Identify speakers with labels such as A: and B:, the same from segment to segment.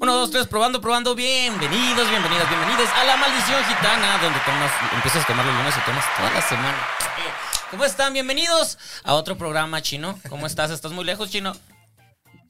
A: Uno, dos, tres, probando, probando. Bienvenidos, bienvenidas, bienvenidos a La Maldición Gitana, donde tomas, empiezas a tomar los lunes y tomas toda la semana. ¿Cómo están? Bienvenidos a otro programa, Chino. ¿Cómo estás? ¿Estás muy lejos, Chino?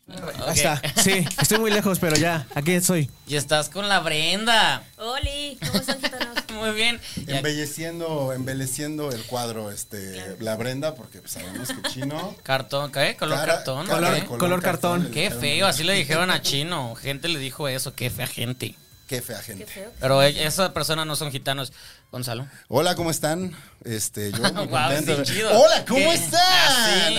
B: Ya está. Sí, estoy muy lejos, pero ya, aquí estoy.
A: Y estás con la Brenda.
C: Oli, ¿cómo están, gitanos?
A: Muy bien. Y aquí
D: Embelleciendo, embelleciendo el cuadro, este, la Brenda, porque pues, sabemos que chino.
A: Cartón, ¿qué? Color
D: cara-
A: cartón.
D: cara
A: ¿ok?
D: de
B: Color cartón.
D: le
A: Qué
D: dijeron.
A: feo, así le dijeron a Chino. Gente le dijo eso, qué fea gente.
D: Qué fea
C: Qué
D: gente.
C: feo.
A: Pero e- esas personas no son gitanos. Gonzalo.
D: Hola, ¿cómo están? Este, yo muy
A: Guau,
D: contento.
A: sí, chido.
D: Hola, ¿cómo
A: ¿Qué?
D: están?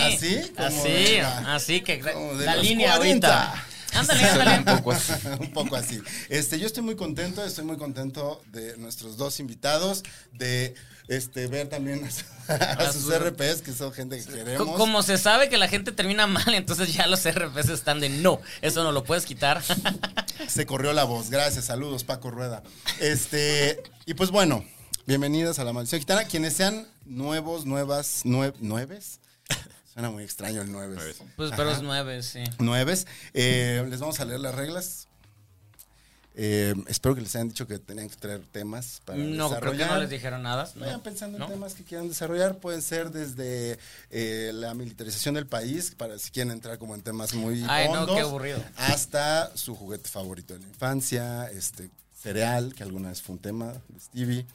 A: Así,
D: Así, como
A: así,
D: de la-
A: así que
D: como de
A: la
D: los
A: línea
D: 40.
A: ahorita. Ándale, ándale.
D: un poco así. un poco así. Este, yo estoy muy contento, estoy muy contento de nuestros dos invitados, de este, ver también a, a sus
A: sus-
D: RPs, que son gente que queremos.
A: Co- Como se sabe que la gente termina mal, entonces ya los RPs están de no, eso no lo puedes quitar.
D: Se corrió la voz. Gracias. Saludos, Paco Rueda. Este, y pues bueno, bienvenidas a la maldición gitana. Quienes sean nuevos, nuevas, nue- nueves. Suena muy extraño el nueves.
A: Pues pero es nueve, sí.
D: Nueves. Eh, les vamos a leer las reglas. Eh, espero que les hayan dicho que tenían que traer temas para
A: No, creo que no
D: desarrollar.
A: les dijeron nada. ¿no?
D: Vayan pensando
A: ¿No?
D: en temas que quieran desarrollar. Pueden ser desde eh, la militarización del país, para si quieren entrar como en temas muy
A: Ay, no,
D: hondos,
A: qué aburrido.
D: Hasta su juguete favorito de la infancia, este cereal, que alguna vez fue un tema de Stevie,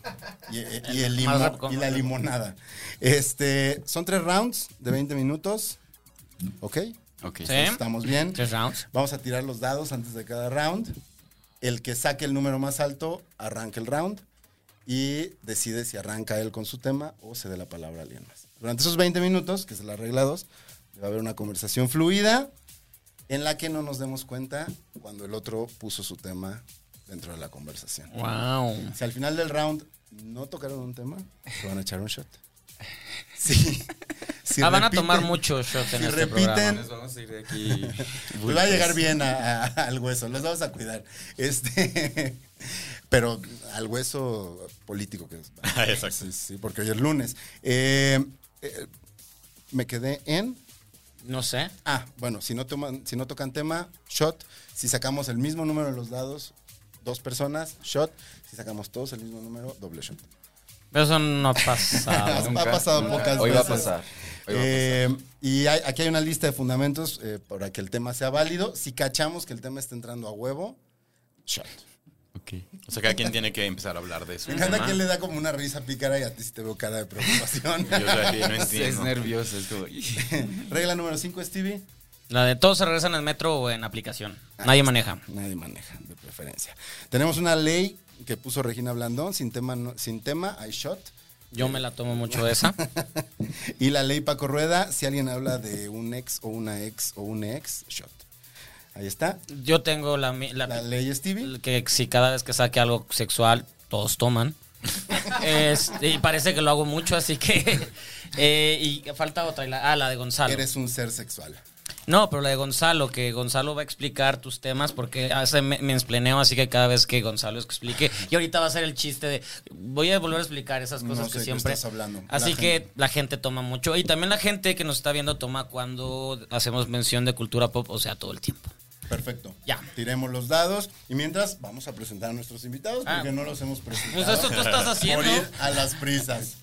D: y, eh, y el limo-
A: Más rápido.
D: y la limonada. Este, son tres rounds de 20 minutos, ¿ok?
A: Sí.
D: Estamos bien.
A: Tres rounds.
D: Vamos a tirar los dados antes de cada round. El que saque el número más alto arranca el round y decide si arranca él con su tema o se dé la palabra a alguien más. Durante esos 20 minutos, que es la regla 2, va a haber una conversación fluida en la que no nos demos cuenta cuando el otro puso su tema dentro de la conversación.
A: Wow.
D: Si al final del round no tocaron un tema, se van a echar un shot. Sí. Si
A: ah, van a
D: repiten-
A: tomar mucho shots en
D: si
A: este
D: repiten-
A: programa.
E: Vamos a ir de aquí.
D: Pues va a llegar bien a- a- al hueso, los vamos a cuidar. Este, pero al hueso político que es.
E: Ah, Exacto.
D: Sí, sí, porque hoy es lunes. Eh, eh, me quedé en.
A: No sé.
D: Ah, bueno, si no toman, si no tocan tema, shot. Si sacamos el mismo número de los dados, dos personas, shot. Si sacamos todos el mismo número, doble shot.
A: Pero eso no ha pasado.
D: ha pasado pocas
E: Hoy va a
D: veces.
E: pasar. Hoy va a
D: Eh, y hay- aquí hay una lista de fundamentos eh, para que el tema sea válido. Si cachamos que el tema está entrando a huevo, shot.
E: pasar. O sea, cada quien tiene que empezar a hablar de su
D: Me encanta
E: tema.
D: que él le da como una risa pícara y a ti sí te veo cara de preocupación.
E: Yo todavía no entiendo.
F: nervioso, es como.
D: Regla número 5, Stevie.
A: La de todos se regresan en metro o en aplicación. Nadie maneja.
D: Nadie maneja, de preferencia. Tenemos una ley que puso Regina Blandón, sin tema, no- sin tema hay shot.
A: Yo me la tomo mucho esa.
D: Y la ley Paco Rueda, si alguien habla de un ex o una ex o un ex, shot. Ahí está.
A: Yo tengo la, mi- la-
D: La ley Stevie.
A: que si cada vez que saque algo sexual, todos toman. Este, y parece que lo hago mucho, así que. eh, y falta otra. y la- ah, la de Gonzalo.
D: Eres un ser sexual.
A: No, pero la de Gonzalo, que Gonzalo va a explicar tus temas porque hace me- menspleneo, así que cada vez que Gonzalo explique. Y ahorita va a ser el chiste de. Voy a volver a explicar esas
D: No
A: cosas
D: sé
A: que
D: qué
A: siempre.
D: estás hablando.
A: Así
D: La
A: que
D: gente.
A: la gente toma mucho. Y también la gente que nos está viendo toma cuando hacemos mención de cultura pop, o sea, todo el tiempo.
D: Perfecto.
A: Ya.
D: Tiremos los dados y mientras vamos a presentar a nuestros invitados
A: Ah.
D: porque no los hemos presentado.
A: Pues eso tú estás haciendo.
D: Morir a las prisas.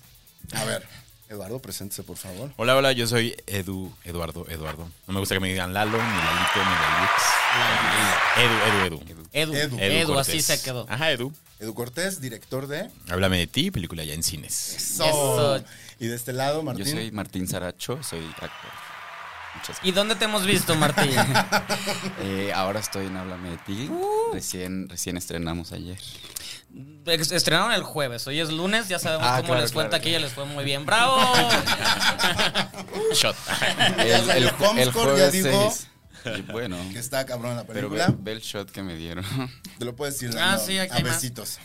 D: A ver, Eduardo, preséntese por favor.
E: Hola, hola, yo soy Edu, Eduardo, Eduardo. No me gusta que me digan Lalo, ni Lalito, ni Lalix. Edu, Edu, Edu.
A: Edu, Edu,
E: Cortés.
A: así se quedó.
E: Ajá, Edu.
D: Edu Cortés, director de
E: Háblame de ti, película ya en cines.
D: So.
A: Eso.
D: Y de este lado, Martín.
F: Yo soy Martín Saracho, soy actor. Muchas
A: ¿Y dónde te hemos visto, Martín?
F: gracias. Eh, ahora estoy en Háblame de ti. Recién, recién estrenamos ayer.
A: Ex- Estrenaron el jueves, hoy es lunes, ya sabemos
F: Ah,
A: cómo
F: claro,
A: les fue en
F: claro,
A: taquilla, les fue muy bien. ¡Bravo!
E: Shot.
D: Ya
F: El,
D: salió
F: el, el
D: Comscore, ya
F: jueves
D: dijo-
F: seis. Y Bueno,
D: Que está cabrón la
F: pero
D: película.
F: ve, ve el shot que me dieron.
D: Te lo puedes ir
A: Ah,
D: dando
A: sí, aquí
D: a
A: hay más.
D: besitos.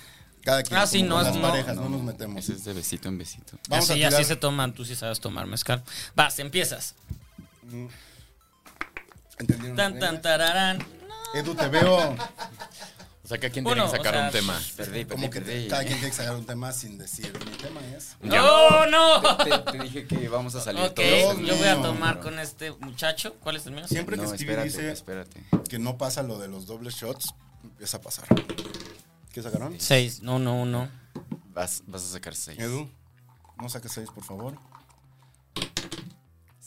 D: Cada quien
A: Ah, sí,
D: como
A: no,
D: con
A: es-
D: las
A: no.
D: parejas, no, nos metemos.
F: Ese es de besito en besito.
D: Vamos
A: así,
D: a tirar.
A: así se toman, tú sí sabes tomar mezcal. Vas, empiezas.
D: ¿Entendieron
A: Tan,
D: las
A: tan,
D: reglas?
A: tararán.
D: Edu, te veo
E: O sea, que a quien
A: Bueno,
E: tiene que sacar
A: o sea,
E: un tema.
F: Perdí,
D: como
F: perdí,
D: que
F: perdí.
D: cada quien tiene que sacar un tema sin decir. Mi tema es...
A: ¡No, ¡Oh, no!
F: Te, te- te dije que íbamos a salir
A: Ok,
F: todos.
D: Dios
A: yo voy a
D: mío.
A: tomar con este muchacho. ¿Cuál es el mío?
D: Siempre que
F: No,
D: Stevie
F: espérate,
D: dice
F: espérate.
D: que no pasa lo de los dobles shots, empieza a pasar. ¿Qué sacaron?
A: Seis. No, no, no.
F: Vas, vas a sacar seis.
D: Edu, no saques seis, por favor.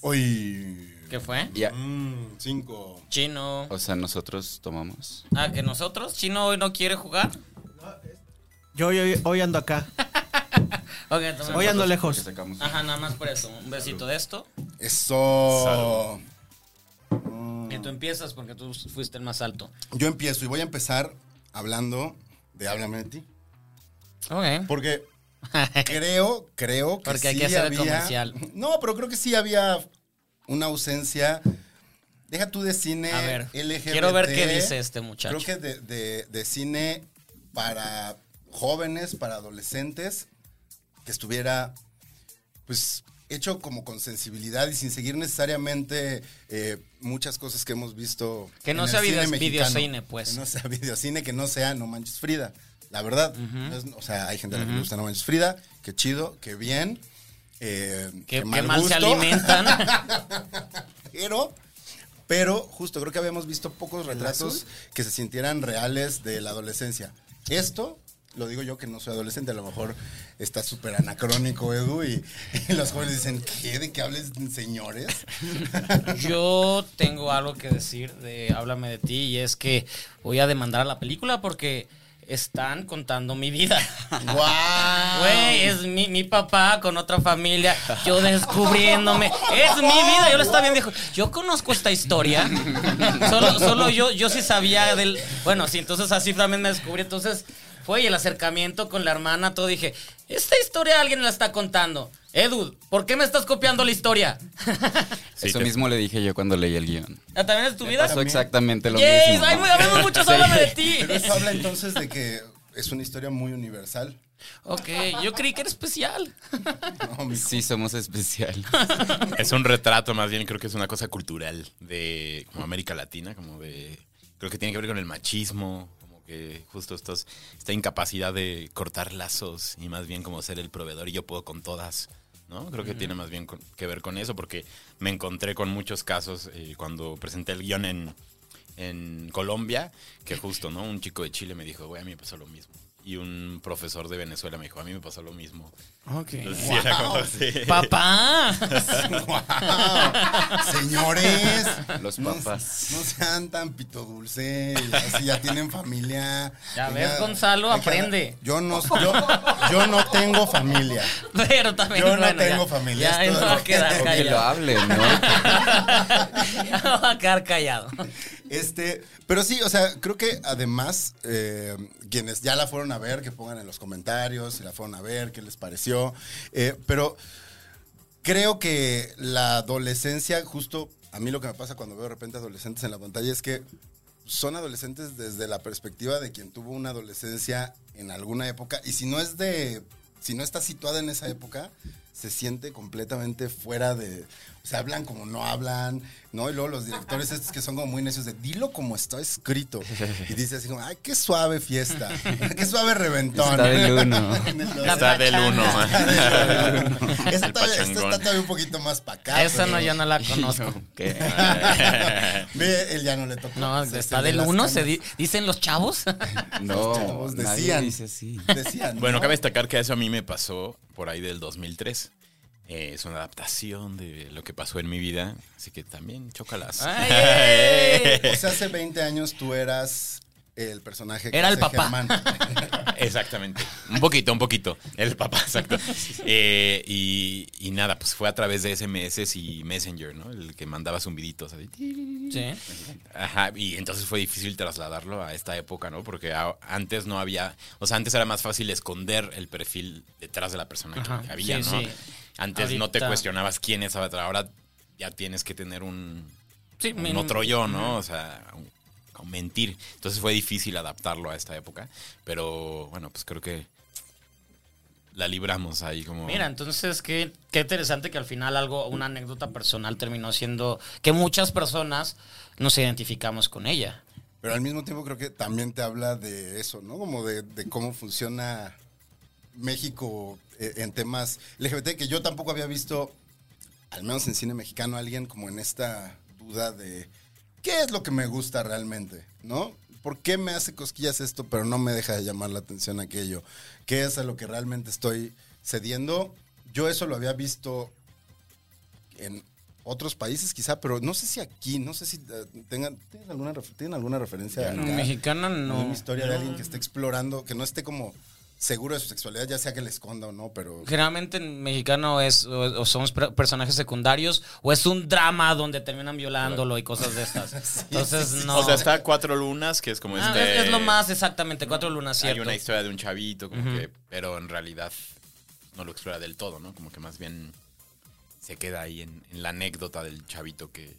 D: Uy.
A: ¿Qué fue?
F: Ya.
D: Mm, cinco.
A: Chino.
F: O sea, nosotros tomamos.
A: Ah, que nosotros. Chino hoy no quiere jugar.
B: Yo hoy, hoy ando acá.
A: Ok, tomemos.
B: Hoy ando
F: Que
B: lejos.
F: sacamos.
A: Ajá, nada más por eso. Un besito de esto.
D: Eso. Mm,
A: Y tú empiezas porque tú fuiste el más alto.
D: Yo empiezo y voy a empezar hablando de Háblame de ti.
A: Ok.
D: Porque creo, creo que
A: ¿Eh? Porque hay
D: sí
A: que hacer el
D: había,
A: comercial.
D: No, pero creo que sí había una ausencia. Deja tú de cine
A: A ver.
D: LGBT.
A: Quiero ver qué dice este muchacho.
D: Creo que de, de- de cine para jóvenes, para adolescentes, que estuviera pues hecho como con sensibilidad y sin seguir necesariamente eh, muchas cosas que hemos visto.
A: Que no
D: en el
A: sea
D: cine
A: video-
D: mexicano.
A: videocine, pues.
D: Que no sea videocine, que no sea No Manches Frida. La verdad, no es- o sea, hay gente a la que le gusta No Manches Frida, qué chido, qué bien. eh,
A: Que,
D: qué
A: que mal se
D: gusto.
A: alimentan.
D: Pero, pero justo creo que habíamos visto pocos retratos que se sintieran reales de la adolescencia. Esto, lo digo yo que no soy adolescente, a lo mejor está súper anacrónico, Edu, y, y los jóvenes dicen, ¿qué? ¿De qué hables, señores?
A: Yo tengo algo que decir de Háblame de ti y es que voy a demandar a la película porque están contando mi vida.
D: ¡Guau!
A: Güey, es mi, mi papá con otra familia, yo descubriéndome. Es mi vida, yo lo estaba bien viejo. Yo conozco esta historia. Solo, solo yo, yo sí sabía del. Bueno, sí, entonces así también me descubrí. Entonces fue y el acercamiento con la hermana, todo dije, esta historia alguien la está contando. Edu, ¿por qué me estás copiando la historia?
E: Sí,
F: Eso
E: te-
F: mismo le dije yo cuando leí el guión.
A: ¿Ah, ¿También es tu vida?
F: Pasó exactamente lo
A: Yes,
F: mismo.
A: ay, muy- hablamos mucho,
F: Sí.
A: háblame de ti.
D: Pero eso habla entonces de que es una historia muy universal.
A: Ok, yo creí que era especial.
D: No, mi-
F: Sí, somos especiales.
E: Es un retrato, más bien creo que es una cosa cultural de como América Latina, como de creo que tiene que ver con el machismo, como que justo estos esta incapacidad de cortar lazos y más bien como ser el proveedor y yo puedo con todas, ¿no? Creo que tiene más bien con- que ver con eso porque me encontré con muchos casos eh, cuando presenté el guión en en Colombia, que justo, ¿no? Un chico de Chile me dijo, güey, a mí me pasó lo mismo. Y un profesor de Venezuela me dijo, a mí me pasó lo mismo.
A: Ok.
E: Entonces, sí, era como, sí.
A: Papá.
D: ¡Guau! Señores,
F: Los
D: no-
F: papás.
D: No, sean tan pito dulce, así ya tienen familia.
A: Ya
D: Oiga,
A: ves, Gonzalo,
D: hay que-
A: aprende.
D: Yo no, yo, yo no tengo familia.
A: Pero también.
D: Yo no
A: bueno,
D: tengo
A: ya,
D: familia,
A: Ya,
D: esto
A: no
D: de
A: va a
D: lo que-
A: quedar
D: Porque
F: Que lo
A: callado.
F: hablen, ¿no?
A: Ya me va a quedar callado.
D: Este, pero sí, o sea, creo que además, eh, quienes ya la fueron a ver, que pongan en los comentarios si la fueron a ver, qué les pareció. Eh, pero creo que la adolescencia, justo a mí lo que me pasa cuando veo de repente adolescentes en la pantalla es que son adolescentes desde la perspectiva de quien tuvo una adolescencia en alguna época. Y si no es de. Si no está situada en esa época, se siente completamente fuera de. O sea, hablan como no hablan, ¿no? Y luego los directores estos que son como muy necios de dilo como está escrito. Y dice así como, ay, qué suave fiesta, qué suave reventón.
F: Está del uno.
E: Está del uno.
D: Esta
E: El
D: todavía- esta
E: pachangón.
D: está todavía un poquito más para acá.
A: Esa no,
D: pero-
A: yo no la conozco.
F: ¿Qué?
D: Ve, él ya no le tocó.
A: No,
D: Se-
A: está
D: se le
A: del
D: las
A: uno,
D: canas.
A: se di- dicen los chavos.
F: No,
D: chavos
F: nadie
D: decían.
F: dice así.
D: Decían.
E: Bueno,
D: ¿no?
E: cabe destacar que eso a mí me pasó por ahí del 2003. Eh, es una adaptación de lo que pasó en mi vida,
A: Ah.
E: así que también chócalas.
A: Ay, ey.
D: O sea, hace 20 años tú eras el personaje
A: Era el
D: hace
A: papá.
D: Germán.
E: Exactamente. Un poquito, un poquito. El papá, exacto. Eh, y, y nada, pues fue a través de SMS y Messenger, ¿no? El que mandaba zumbiditos. así.
A: Sí.
E: Ajá, y entonces fue difícil trasladarlo a esta época, ¿no? Porque a- antes no había, o sea, antes era más fácil esconder el perfil detrás de la persona
A: Ajá,
E: que había,
A: sí,
E: ¿no?
A: sí.
E: Antes no te
A: Ahorita-
E: cuestionabas quién es Avatar, ahora ya tienes que tener un,
A: Sí,
E: un
A: men-
E: otro yo, ¿no? O sea, un- un mentir. Entonces fue difícil adaptarlo a esta época, pero bueno, pues creo que la libramos ahí como...
A: Mira, entonces qué, qué interesante que al final algo, una anécdota personal terminó siendo que muchas personas nos identificamos con ella.
D: Pero al mismo tiempo creo que también te habla de eso, ¿no? Como de, de cómo funciona México eh, en temas LGBT, que yo tampoco había visto, al menos en cine mexicano, a alguien como en esta duda de qué es lo que me gusta realmente, ¿no? ¿Por qué me hace cosquillas esto, pero no me deja de llamar la atención aquello? ¿Qué es a lo que realmente estoy cediendo? Yo eso lo había visto en otros países quizá, pero no sé si aquí, no sé si eh, tengan, ¿tienen alguna, refer- ¿tienen alguna referencia?
A: No,
D: acá?
A: mexicana
D: no.
A: no.
D: una historia de alguien que esté explorando, que no esté como seguro de su sexualidad, ya sea que le esconda o no, pero...
A: Generalmente en mexicano es o, o somos per- personajes secundarios o es un drama donde terminan violándolo y cosas de estas. Entonces no.
E: O sea, está Cuatro Lunas, que es como
A: Ah,
E: este...
A: es, es lo más exactamente, cuatro lunas,
E: Hay
A: cierto.
E: una historia de un chavito, como que, pero en realidad no lo explora del todo, ¿no? Como que más bien se queda ahí en, en la anécdota del chavito que,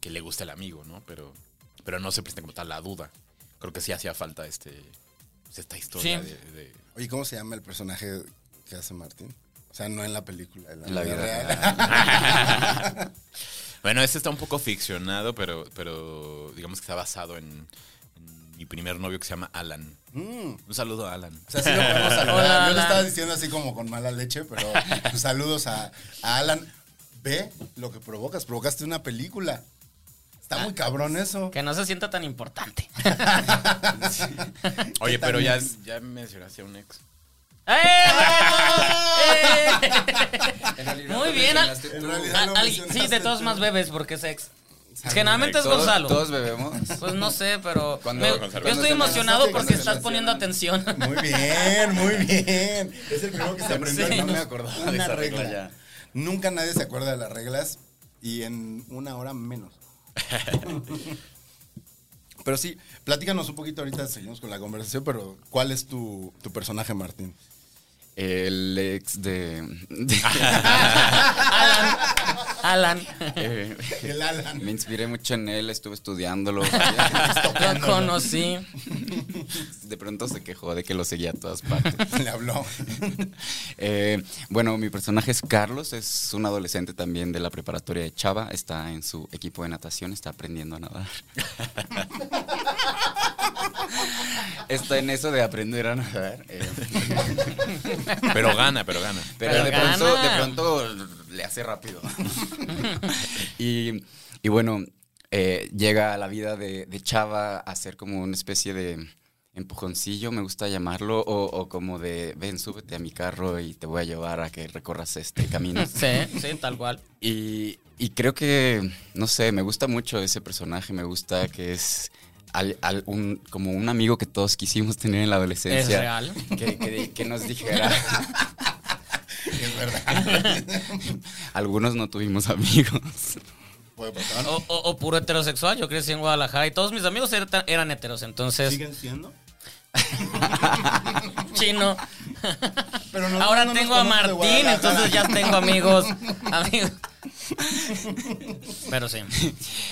E: que le gusta el amigo, ¿no? Pero, pero no se presenta como tal la duda. Creo que sí hacía falta este pues, esta historia
A: Sí.
E: de, de-
D: Oye, ¿cómo se llama el personaje que hace Martín? O sea, no en la película, en la,
F: En la
D: vida
F: vida
D: real.
E: Bueno, este está un poco ficcionado, pero, pero digamos que está basado en, en mi primer novio que se llama Alan.
D: Mm.
E: Un saludo a Alan.
D: O sea, sí lo podemos saludar.
A: Hola,
D: Yo
A: Alan.
D: lo estaba diciendo así como con mala leche, pero pues, saludos a, a Alan. Ve lo que provocas, provocaste una película.
A: Ah,
D: Está muy cabrón eso.
A: Que no se sienta tan importante.
E: Oye, pero ya,
D: también-
E: ya mencionaste a un ex.
A: ¡Eh, bravo! ¡Eh! Muy bien. al-
D: En realidad lo
A: al- sí,
D: mencionaste
A: de todos
D: tú.
A: más bebes porque es ex. Generalmente es
F: Todos-
A: Gonzalo.
F: Todos bebemos.
A: Pues no sé, pero
F: Cuando-
A: me-
F: Gonzalo.
A: yo
F: Cuando
A: estoy
F: se
A: emocionado
D: relaciona-
A: porque
D: cuando se
A: estás poniendo atención.
D: Muy bien, muy bien. Es el primero que se aprendió.
A: Sí.
D: al menos
F: No me acordaba de
D: una
F: esa regla
D: regla.
F: ya.
D: Nunca nadie se acuerda de las reglas y en una hora menos. pero sí, platícanos un poquito ahorita, seguimos con la conversación, pero ¿cuál es tu, tu personaje, Martín?
F: El ex de. de-
A: Alan. Alan.
F: eh,
D: El Alan.
F: me inspiré mucho en él, estuve estudiándolo.
A: Lo conocí.
F: De pronto se quejó de que lo seguía a todas partes.
D: Le habló.
F: Eh, bueno, mi personaje es Carlos, es un adolescente también de la preparatoria de Chava, está en su equipo de natación, está aprendiendo a nadar. está en eso de aprender a nadar. eh,
E: Pero gana, pero gana.
F: pero
A: Pero
F: de, pronto,
A: gana.
F: de pronto le hace rápido. y, y bueno, eh, llega a la vida de, de Chava a ser como una especie de empujoncillo, me gusta llamarlo, o, o como de, ven, súbete a mi carro y te voy a llevar a que recorras este camino.
A: Sí, sí, tal cual.
F: Y, y creo que, no sé, me gusta mucho ese personaje, me gusta que es al- al- un- como un amigo que todos quisimos tener en la adolescencia.
A: Es real.
F: Que, que- que nos dijera.
D: Es verdad.
F: Algunos no tuvimos amigos.
D: Puede pasar.
A: O, o- o puro heterosexual. Yo crecí en Guadalajara y todos mis amigos er- eran heteros. Entonces,
D: ¿Siguen siendo?
A: chino.
D: Pero no-
A: Ahora
D: no nos
A: tengo a
D: conocen de
A: Martín,
D: Guadalajara.
A: entonces ya tengo amigos. amigos. Pero sí.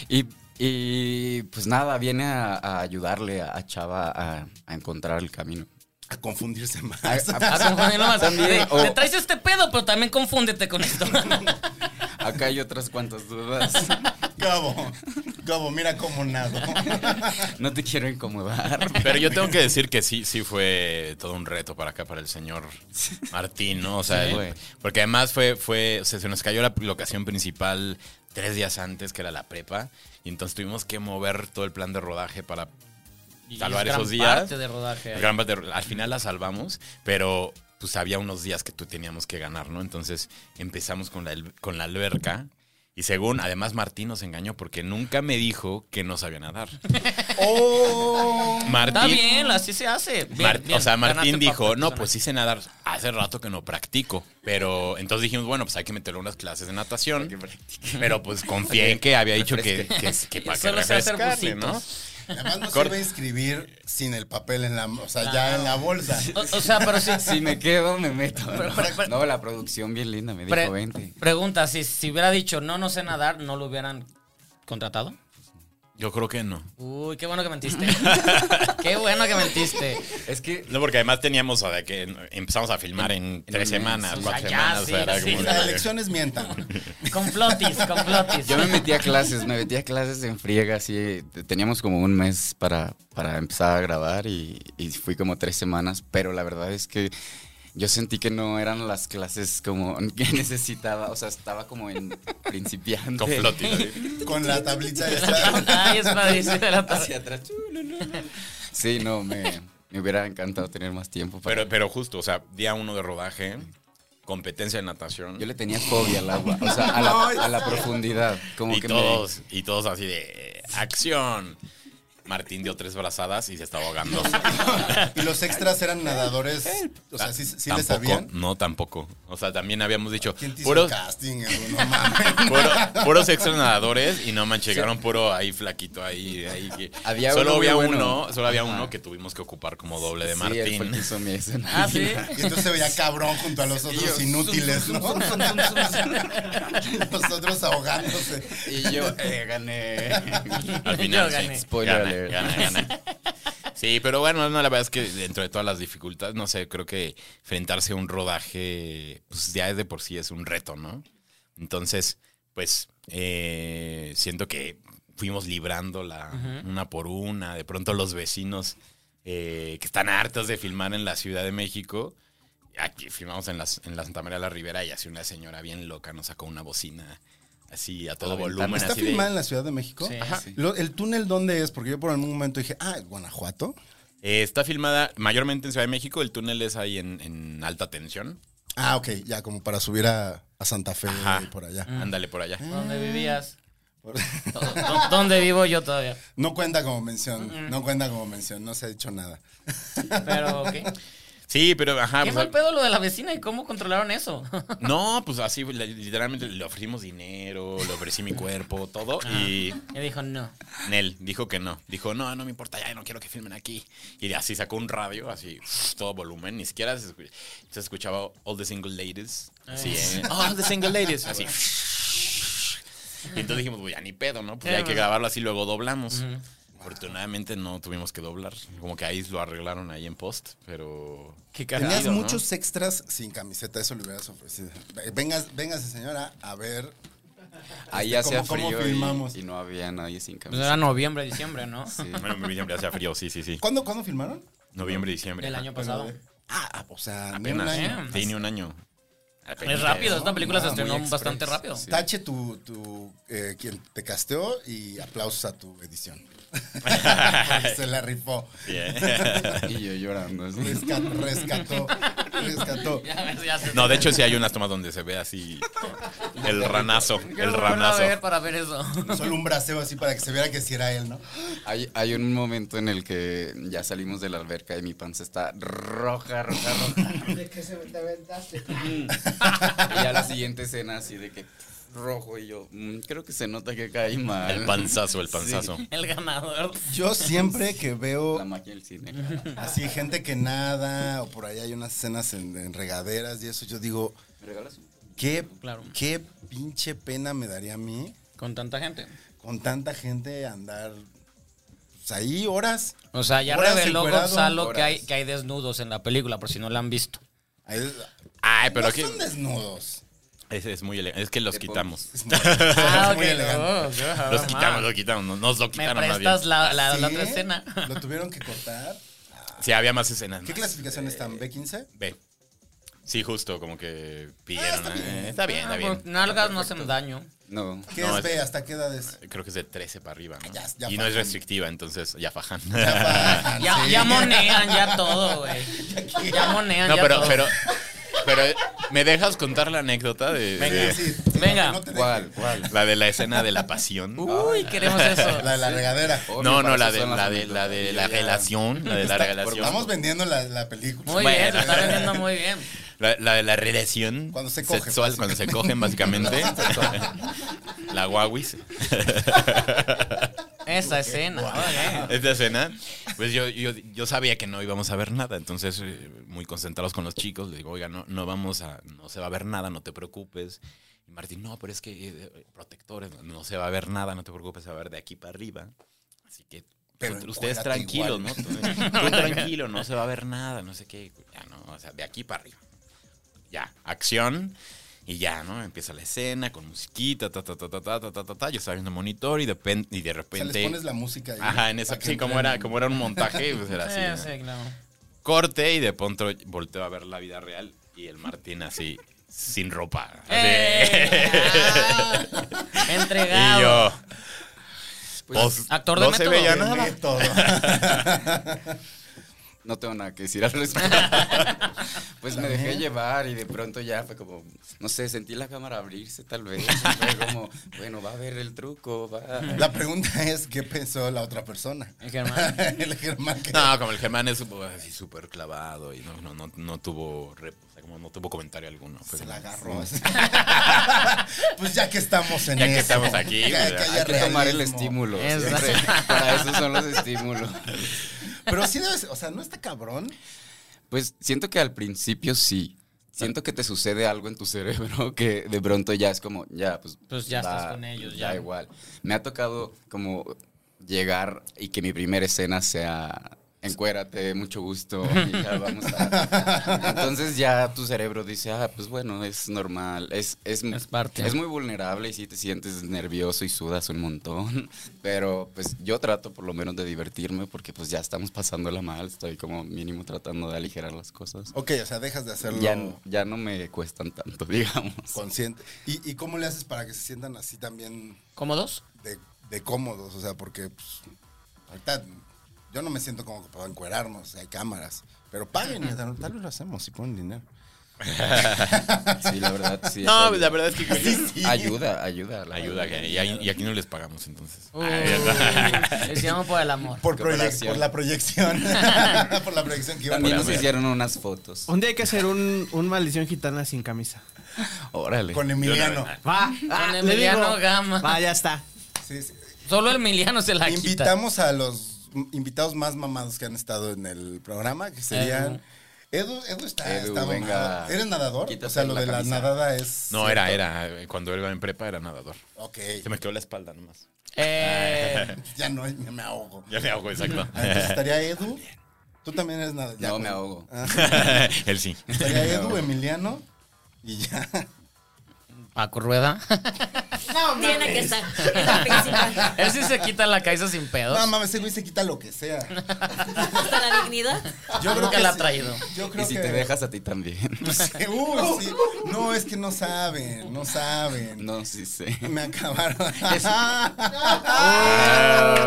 F: Y, y, pues nada, viene a, a ayudarle a, a Chava a, a encontrar el camino.
D: A confundirse más.
F: A-
A: A confundir Ah, nomás.
F: También,
A: De-
F: o-
A: Te traes este pedo, pero también confúndete con esto.
F: Acá hay otras cuantas dudas.
D: Gabo, Gabo, mira cómo nado.
F: No te quiero incomodar.
E: Pero yo tengo que decir que sí, sí fue todo un reto para acá, para el señor Martín, ¿no? O sea,
F: Sí.
E: el- porque además fue, fue, o sea, se nos cayó la locación principal tres días antes, que era la prepa, y entonces tuvimos que mover todo el plan de rodaje para
A: Y
E: salvar
A: es gran
E: esos días.
A: parte de rodaje.
E: El gran batero- al final la salvamos, pero pues había unos días que tú teníamos que ganar, ¿no? Entonces empezamos con la, el- con la alberca Y según, además Martín nos engañó porque nunca me dijo que no sabía nadar.
D: ¡Oh!
E: Martín,
A: Está bien, así se hace. Bien,
E: Mar-
A: bien,
E: o sea, Martín
A: ganaste
E: dijo,
A: papel,
E: no,
A: ganaste".
E: pues sí sé nadar. Hace rato que no practico. Pero entonces dijimos, bueno, pues hay que meterle unas clases de natación. Pero pues confié en que había dicho que, que, que para que
A: Solo sé hacer
E: refrescarle, ¿no?
D: Además no
E: Corta.
D: sirve inscribir sin el papel en la, o sea, ya en la bolsa.
A: O, o sea, pero sí.
F: Si me quedo, me meto.
A: Pero, pero, pero-
F: No, la producción bien linda me
A: Pre-
F: dijo 20.
A: pregunta, si, si hubiera dicho no, no sé nadar, ¿no lo hubieran contratado?
E: Yo creo que no.
A: Uy, qué bueno que mentiste. qué bueno que mentiste.
F: Es que
E: No, porque además teníamos, o sea, que empezamos a filmar en tres
F: un mes,
E: semanas,
A: o sea,
E: cuatro
A: ya,
E: semanas. o sea,
A: sí,
E: era
A: sí.
E: como-
D: Las elecciones mientan.
A: Con flotis, con flotis.
F: yo me metí a clases, me metí a clases en friega, así. Teníamos como un mes para, para empezar a grabar y, y fui como tres semanas, pero la verdad es que yo sentí que no eran las clases como que necesitaba, o sea, estaba como en principiante.
E: Con flotis, así.
D: Con la tablita esta.
A: Ay, es padrísimo. la tar-
F: Hacia atrás. Sí, no, me, me hubiera encantado tener más tiempo. Para,
E: Pero, pero justo, o sea, día uno de rodaje, competencia de natación.
F: yo le tenía fobia al agua, o sea, a la, a la profundidad. Como
E: y
F: que me-
E: todos, y todos así de eh, acción. Martín dio tres brazadas y se estaba ahogando.
D: Y los extras eran nadadores. O sea, sí, sí
E: tampoco,
D: les sabían.
E: No, tampoco. O sea, también habíamos dicho
D: ¿Quién te hizo el
E: puros,
D: casting? eh? No mames.
E: puro- puros extras nadadores y no manches, llegaron puro ahí flaquito ahí. ahí que-
F: Había
E: solo
F: uno muy
E: había
F: bueno.
E: uno, solo había
F: Ajá.
E: uno que tuvimos que ocupar como doble de
F: Sí, él fue el
E: Martín.
F: que hizo mi escena.
A: Ah, sí.
D: Y entonces se veía cabrón junto a los otros inútiles, ¿no? Los otros ahogándose.
F: Y yo eh, gané.
E: Al final,
A: Yo gané.
E: sí.
F: Spoiler
E: Gané,
F: alert.
E: gané, gané. Sí, pero bueno, no, la verdad es que dentro de todas las dificultades, no sé, creo que enfrentarse a un rodaje, pues ya es de por sí es un reto, ¿no? Entonces, pues eh, siento que fuimos librándola una por una. De pronto los vecinos eh, que están hartos de filmar en la Ciudad de México. Aquí filmamos en, las, en la Santa María de la Ribera y así una señora bien loca nos sacó una bocina así a todo
F: la ventana.
E: volumen.
D: ¿Está
E: así de-
D: filmada en la Ciudad de México?
A: Sí,
F: sí.
D: Lo- ¿El túnel dónde es? Porque yo por algún momento dije, ah, Guanajuato.
E: Eh, está filmada mayormente en Ciudad de México. El túnel es ahí en, en alta tensión.
D: Ah, ok, ya como para subir a, a Santa Fe
E: Ajá.
D: y por allá.
A: Mm. Ah.
E: Ándale por allá.
A: ¿Dónde vivías?
D: Por-
A: ¿Dó- ¿Dónde vivo yo todavía?
D: No cuenta como
A: Mm,
D: mención, no cuenta como mención, no se ha dicho nada.
A: Pero, ¿qué?
E: Sí, pero ajá.
A: ¿Qué
E: pues,
A: mal pedo lo de la vecina y cómo controlaron eso?
E: no, pues así le- literalmente le ofrecimos dinero, le ofrecí mi cuerpo, todo.
A: Ah.
E: Y
A: Y dijo, no.
E: Nel dijo que no. Dijo, no, no me importa, ya no quiero que filmen aquí. Y así sacó un radio, así, todo volumen, ni siquiera se, escu- se escuchaba All the Single Ladies. Así, ¿eh? All the Single Ladies. Así. Y entonces dijimos, pues ya ni pedo, ¿no? Pues ya hay que grabarlo así, luego doblamos. Afortunadamente no tuvimos que doblar. Como que ahí lo arreglaron ahí en post, pero.
A: Qué
D: Tenías
E: ¿no?
D: muchos extras sin camiseta, eso le hubieras ofrecido. Vengas, véngase señora, a ver.
F: Ahí
D: Este,
F: hacía
D: ¿cómo- cómo
F: frío
D: filmamos?
F: y, y no había nadie sin
A: Pues era
F: camisa.
A: noviembre, diciembre, ¿no?
F: Sí.
E: Bueno, mi noviembre hacía frío, sí, sí, sí.
D: ¿Cuándo, ¿cuándo filmaron?
E: Noviembre, diciembre.
A: Del
E: ajá.
A: año pasado.
D: Ah, ah, o sea, ni un
E: Apenas.
D: año.
A: año.
E: Sí, ni un año.
A: Es rápido, esta película se
D: Ah, muy
A: estrenó
D: express,
A: bastante rápido.
D: Tache tu, tu eh, quien te casteó y aplausos a tu edición. Porque se la rifó.
E: Bien.
F: Y yo llorando. así.
D: Resca- rescató, rescató.
A: Ya ves, ya se-
E: No, de hecho sí hay unas tomas donde se ve así el ranazo,
A: Creo que
E: el
A: lo van a
E: ranazo.
A: ver para ver eso.
D: Solo un braceo así para que se viera que sí era él, ¿no?
F: Hay, hay un momento en el que ya salimos de la alberca y mi panza está roja, roja, roja.
G: ¿De qué se te aventaste?
F: Y ya la siguiente escena así de que rojo y yo, "Mm, creo que se nota que caí mal.
E: El panzazo, el panzazo.
A: El ganador.
D: Yo siempre que
F: La
D: veo
F: magia del cine. cara.
D: así gente que nada, o por ahí hay unas escenas en, en regaderas y eso, yo digo,
F: ¿Me regalas un?
D: ¿qué,
A: Claro.
D: qué pinche pena me daría a mí
A: Con tanta gente.
D: con tanta gente andar pues, ahí horas.
A: O sea, ya
D: Horas
A: reveló
D: encuerado,
A: Gonzalo que
D: horas.
A: hay, que hay desnudos en la película, por si no la han visto.
D: Ahí-
E: Ay, pero
D: no
E: aquí
D: son desnudos.
E: es, es muy elegante. Es que los
F: De
E: quitamos.
D: Es muy,
A: Ah,
D: es muy
A: ok,
D: elegante.
A: no, no,
E: Los
A: no,
E: quitamos,
A: ma.
E: los quitamos. no- Nos lo
A: ah, ¿Me
E: quitaron más bien.
A: prestas la, la,
E: ¿Ah,
A: la
D: ¿Sí?
A: otra escena?
D: Lo tuvieron que cortar.
E: Sí, había más escenas.
D: ¿Qué
E: más.
D: clasificación están? ¿B15?
E: Ve. Sí, justo, como que pidieron.
D: Ah, está
E: eh,
D: bien.
E: Está bien, está bien.
A: Ah, pues, Nalgas no hacen daño.
F: No.
D: ¿Qué
E: No,
D: es
E: es-
D: B? ¿Hasta qué edades?
E: Creo que es de 13 para arriba, ¿no?
D: Ya- ya
E: y no es
D: fajan.
E: restrictiva, entonces ya fajan.
D: fajan.
A: Ya,
D: Ah,
E: Ah,
D: Sí.
A: ya monean ya todo, güey. Ya monean
E: No,
A: ya
E: pero,
A: todo.
E: pero, Pero me dejas contar la anécdota de.
A: Venga,
E: de-
A: sí. Venga.
D: No te dejes.
F: ¿Cuál? ¿Cuál?
E: La de la escena de la pasión.
A: Uy, queremos eso.
D: La de la regadera.
E: No, no,
F: para
E: la
F: eso
E: de
F: son las
E: la de la
F: anécdotas.
E: de
F: Yo
E: la
F: ya-
E: relación. La de la relación.
D: Estamos vendiendo la, la película.
A: Muy bien, lo está vendiendo muy bien.
E: La, la de la relación
D: Cuando se cogen,
E: sexual, cuando se cogen básicamente. la guawis.
A: Esa escena. muy bien.
E: Esta escena, pues yo, yo, yo sabía que no íbamos a ver nada, entonces eh, muy concentrados con los chicos, le digo, oiga, no, no vamos a, no se va a ver nada, no te preocupes. Y Martín, no, pero es que eh, protectores, no, no se va a ver nada, no te preocupes, se va a ver de aquí para arriba. Así que
D: Pero
E: tú- ustedes
D: encuérate
E: tranquilos,
D: igual.
E: ¿no? Tú, tú tranquilo, no se va a ver nada, no sé qué, ya no, o sea, de aquí para arriba. Ya, acción. Y ya, ¿no? Empieza la escena con musiquita, ta, ta, ta, ta, ta, ta, ta, ta, ta. Yo estaba viendo el monitor y de, pen- y de
D: O sea,
E: repente...
D: les pones la música ahí.
E: Ajá, en esa,
D: Para que
E: sí, como
D: entren.
E: era, como era un montaje, pues era así. ¿no?
A: Eh, Sí, sí, claro.
E: Corte y de pronto volteo a ver la vida real y el Martín así, sin ropa. así.
A: ¡Eh! Ah,
E: y
A: Entregado.
E: yo. pues,
A: actor de
E: no se
A: método.
E: veía
A: De
E: nada.
D: Todo.
F: No tengo nada que decir al respecto. pues me dejé llevar y de pronto ya fue como, no sé, sentí la cámara abrirse tal vez. y Fue como, bueno, va a ver el truco, va.
D: La pregunta es, ¿qué pensó la otra persona?
A: El Germán.
D: El Germán que-
E: No, como el Germán es pues, así súper clavado y no, no, no, no tuvo re- o sea, como no tuvo comentario alguno. Fue
D: se la
E: como-
D: agarró. así. pues ya que estamos en
E: Ya que
D: esto,
E: estamos aquí,
D: que-
E: pues,
D: que
E: hay
D: haya
F: Hay que tomar el
D: realismo.
F: estímulo.
A: Eso.
F: siempre. Para eso son los estímulos.
D: Pero sí debes, o sea, ¿no está cabrón?
F: Pues siento que al principio sí. Siento que te sucede algo en tu cerebro que de pronto ya es como, ya, pues.
A: Pues ya estás con ellos, ya.
F: Da igual. Me ha tocado como llegar y que mi primera escena sea. Encuérate, mucho gusto. y ya vamos a- Entonces ya tu cerebro dice, ah, pues bueno, es normal. Es, es,
A: Es parte.
F: Es muy vulnerable y sí te sientes nervioso y sudas un montón. Pero pues yo trato por lo menos de divertirme porque pues ya estamos pasándola mal. Estoy como mínimo tratando de aligerar las cosas.
D: Ok, o sea, dejas de hacerlo
F: Ya, ya no me cuestan tanto, digamos.
D: consciente. ¿Y, y cómo le haces para que se sientan así también
A: ¿Cómodos?
D: de, de cómodos? O sea, porque pues, ahorita yo no me siento como para encuerarnos, hay cámaras. Pero paguen, Ah, tal vez lo hacemos si ponen dinero.
F: Pues Sí, la verdad, sí.
E: No,
F: eso
E: pues, la verdad es que
F: ayuda. Ayuda, ayuda. la
E: ayuda. que- Y, ahí- y aquí no les pagamos entonces.
D: Oh,
A: Uh,
E: Ay, ya está.
A: les llamo por el amor.
D: Por, proyec-
F: Cooperación.
D: por la proyección. por la proyección que iba
F: También
D: a
F: nos
D: poner.
F: hicieron unas fotos.
B: Un día hay que hacer un, un maldición gitana sin camisa.
F: Órale.
D: Con Emiliano.
B: Va, ah, le
A: Emiliano
B: digo.
A: Gama.
B: Va, ya está.
D: Sí, sí.
A: Solo el Emiliano se
D: Ah,
A: la quita.
D: Invitamos a los m- invitados más mamados que han estado en el programa, que serían. Edu, Edu está,
F: Edu,
D: está
F: venga.
D: mamado. ¿Eres nadador?
F: Quítate
D: o sea, lo
F: la
D: de la
F: camisa.
D: nadada es.
E: No, era, era. Cuando él iba en prepa era nadador.
D: Ok.
E: Se me quedó la espalda nomás.
A: Eh,
D: Ya no, ya me ahogo.
E: Ya me hago exacto.
D: Ah, Entonces estaría Edu. Tú también eres nadador. Ya,
F: No, me
D: pues,
F: ahogo.
E: Él sí.
D: Estaría Edu, Emiliano y ya.
A: Paco Rueda.
C: Tiene que estar. Es la principal.
A: Él sí se quita la cabeza sin pedos.
D: No mames, ese güey se quita lo que sea.
C: Hasta la dignidad.
D: Yo creo
A: Nunca
D: que
A: la ha
D: sí.
A: traído.
D: Yo creo
F: Y si
D: que.
F: te dejas a ti también.
D: Sí, uy, sí. No, es que no saben, no saben.
F: No, sí sé.
D: Me acabaron.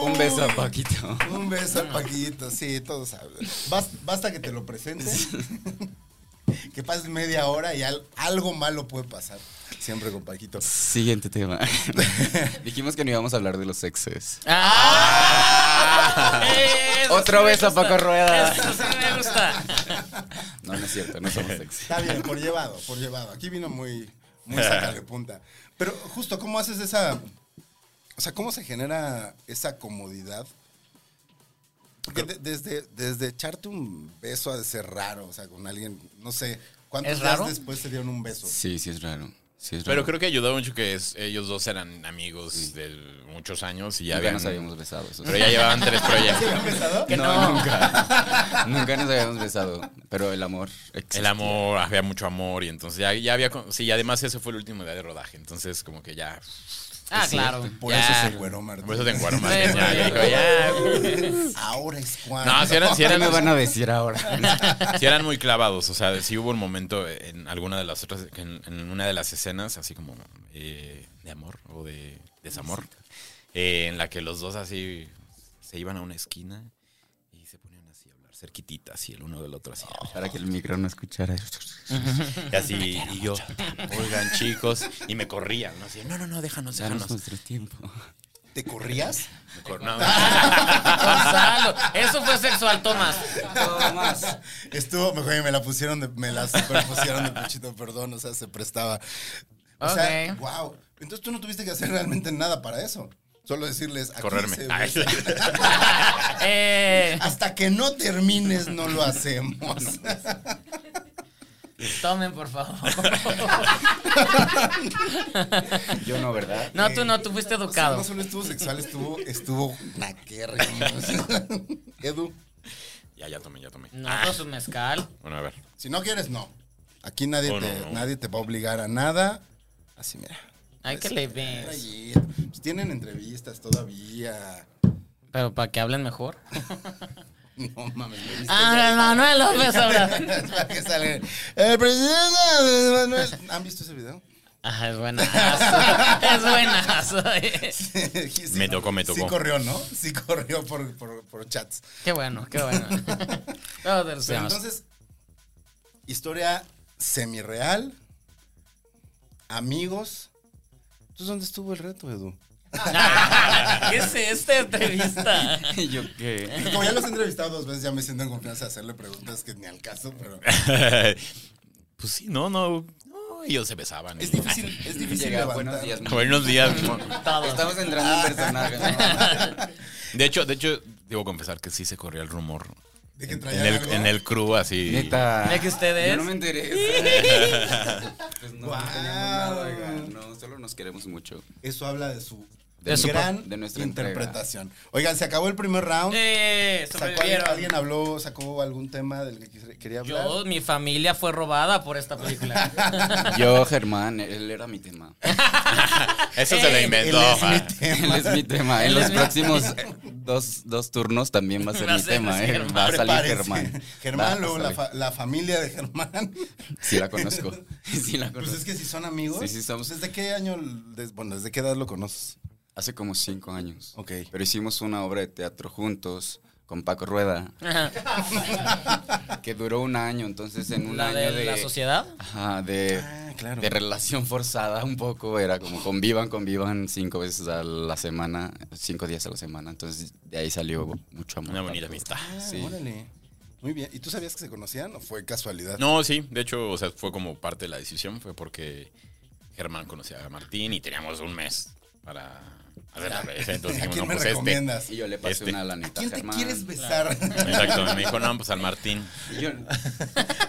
F: Un beso a Paquito.
D: Uh, Un beso al Paquito, sí, todos saben. Bas- Basta, que te lo presentes. que pases media hora y al- algo malo puede pasar. Siempre con Paquito.
F: Siguiente tema. Dijimos que no íbamos a hablar de los exes.
A: ¡Ah! Eso
F: Otro
A: me
F: beso a
A: gusta.
F: Paco Rueda.
A: Eso sí me gusta.
F: No, no es cierto, no somos exes.
D: Está bien, por llevado, por llevado. Aquí vino muy, muy saca de punta. Pero justo, ¿cómo haces esa. O sea, ¿cómo se genera esa comodidad? Porque de- desde, desde echarte un beso ha de ser raro, o sea, con alguien, no sé, ¿cuántos
A: ¿Es
D: días
A: raro?
D: después se dieron un beso?
F: Sí, sí es raro. Sí es
E: Pero
F: raro.
E: creo que ayudó mucho que es- ellos dos eran amigos de muchos años y ya
F: ya,
E: habían.
F: nos habíamos besado. eso
E: Pero
F: sí.
E: ya llevaban tres proyectos.
D: besado?
A: Que
F: no,
A: no.
F: nunca. Nunca nos habíamos besado. Pero el amor existe.
E: El amor, había mucho amor y entonces ya, ya había. con- Sí, y además ese fue el último día de rodaje. Entonces, como que ya.
A: Ah, claro.
D: Por
E: Ya.
D: eso se encueró Martín.
E: Por eso te encuadro más
A: Sí,
E: bien, ya,
A: sí.
E: ya dijo, ya.
D: Ahora es cuando.
E: No, si eran, si
F: ¿Qué
E: eran,
F: Ah, me van a decir ahora?
E: sí eran muy clavados. O sea, sí hubo un momento en alguna de las otras, en, en una de las escenas, así como eh, de amor o de desamor, eh, en la que los dos así se iban a una esquina y se ponían así a hablarse. cerquitita, así el uno del otro, así.
F: Para que el micro no escuchara.
E: Y así, y yo, oigan, chicos, y me corrían, ¿no? Así, no, no, no, déjanos,
F: Danos
E: déjanos.
F: nuestro tiempo.
D: ¿Te corrías?
E: Me cor- no.
A: Gonzalo, eso fue sexual, Tomás.
F: Tomás.
D: Estuvo mejor y me la pusieron de, me la superpusieron de puchito, perdón, o sea, se prestaba. O sea,
A: Ok.
D: wow. Entonces tú no tuviste que hacer realmente nada para eso. Solo decirles aquí
E: Correrme.
D: se
E: Ay.
D: besa.
A: Eh,
D: Hasta que no termines no lo hacemos.
A: tomen, por favor.
F: Yo no, ¿verdad?
A: No, tú no, tú fuiste
D: O sea,
A: educado.
D: no solo estuvo sexual, estuvo estuvo naquerre. Edu,
E: Ya, ya tomé, ya tomé.
A: No, con su mezcal.
E: Bueno, a ver.
D: si no quieres no. Aquí nadie
E: Oh, no,
D: te
E: no.
D: nadie te va a obligar a nada. Así mira.
A: Ay, que le ves.
D: Rayito. Pues tienen entrevistas todavía.
A: Pero para que hablen mejor.
D: No mames, me viste.
A: Ah, Manuel López ahora.
D: Para que salga. El presidente Andrés Manuel. ¿Han visto ese video?
A: Ah, es buenazo. Es buenazo. eh.
D: Sí, sí,
E: Me
D: ¿no?
E: tocó, me tocó.
D: Sí corrió, ¿no? Sí corrió por, por, por chats.
A: Qué bueno, qué bueno. Luego de los
D: Pero
A: temas.
D: entonces, historia semirreal, amigos. ¿Entonces dónde estuvo el reto, Edu?
A: ¿Qué es esta entrevista?
F: ¿Y yo qué?
D: Como ya los he entrevistado dos veces, ya me siento en confianza de hacerle preguntas que ni al caso, pero
E: pues sí, no, no. no, ellos se besaban.
D: es difícil, es difícil
F: Llega,
D: levantar.
F: buenos días. mujer.
E: Buenos días.
F: Estamos entrando en personaje.
E: De hecho, de hecho, debo confesar que sí se corría el rumor.
D: De que
E: en,
D: traían
E: el,
D: algo.
E: en el crew, así.
F: Neta.
A: Mira que ustedes-
F: Yo no me enteré. pues no,
D: Guau.
F: no tenemos nada, oigan. No, solo nos queremos mucho.
D: Eso habla de su
F: De su-
D: gran
F: de nuestra
D: interpretación. Oigan, se acabó el primer round.
A: Eh,
D: Sacó- alguien,
A: sobrevivieron.
D: habló, sacó algún tema del que quis- quería hablar?
A: Yo, mi familia fue robada por esta película.
F: Yo, Germán, él era mi tema.
E: Eso se lo
A: Eh,
E: inventó.
D: él es
E: ah.
D: mi tema.
F: Él es mi tema. En
A: Él
F: los
A: es mi-
F: próximos eh, dos, dos turnos también va a ser
A: Va a
F: mi
A: ser
F: tema. eh.
A: Germán.
F: Va a salir
D: Prepárense.
F: Germán. Va a
D: Germán, luego la,
F: salir.
D: fa- la familia de Germán.
F: Sí la conozco. Sí la
D: Pues
F: conozco.
D: es que si son amigos.
F: Sí, sí somos.
D: ¿Desde qué año, des- bueno, desde qué edad lo conoces?
F: Hace como cinco años.
D: Ok.
F: Pero hicimos una obra de teatro juntos con Paco Rueda que duró un año. Entonces, en un
A: La
F: año
A: de la sociedad.
F: Ajá, de,
D: Ah, claro.
F: de relación forzada un poco. Era como convivan, convivan cinco veces a la semana, cinco días a la semana. Entonces, de ahí salió mucho amor.
E: Una bonita amistad.
D: Ah,
F: Sí.
D: órale. Muy bien. ¿Y tú sabías que se conocían o fue casualidad?
E: No, sí, de hecho, o sea, fue como parte de la decisión, fue porque Germán conocía a Martín y teníamos un mes para hacer la revista. Entonces
D: ¿A
E: dijimos,
D: quién
E: no,
D: me
E: pues este.
D: recomiendas?
F: Y yo le pasé
E: Este.
F: una
D: ¿A
F: lanita
D: quién
F: a
D: te
F: Germán.
D: quieres besar?
E: Exacto, me dijo, no, pues al Martín.
F: Y yo-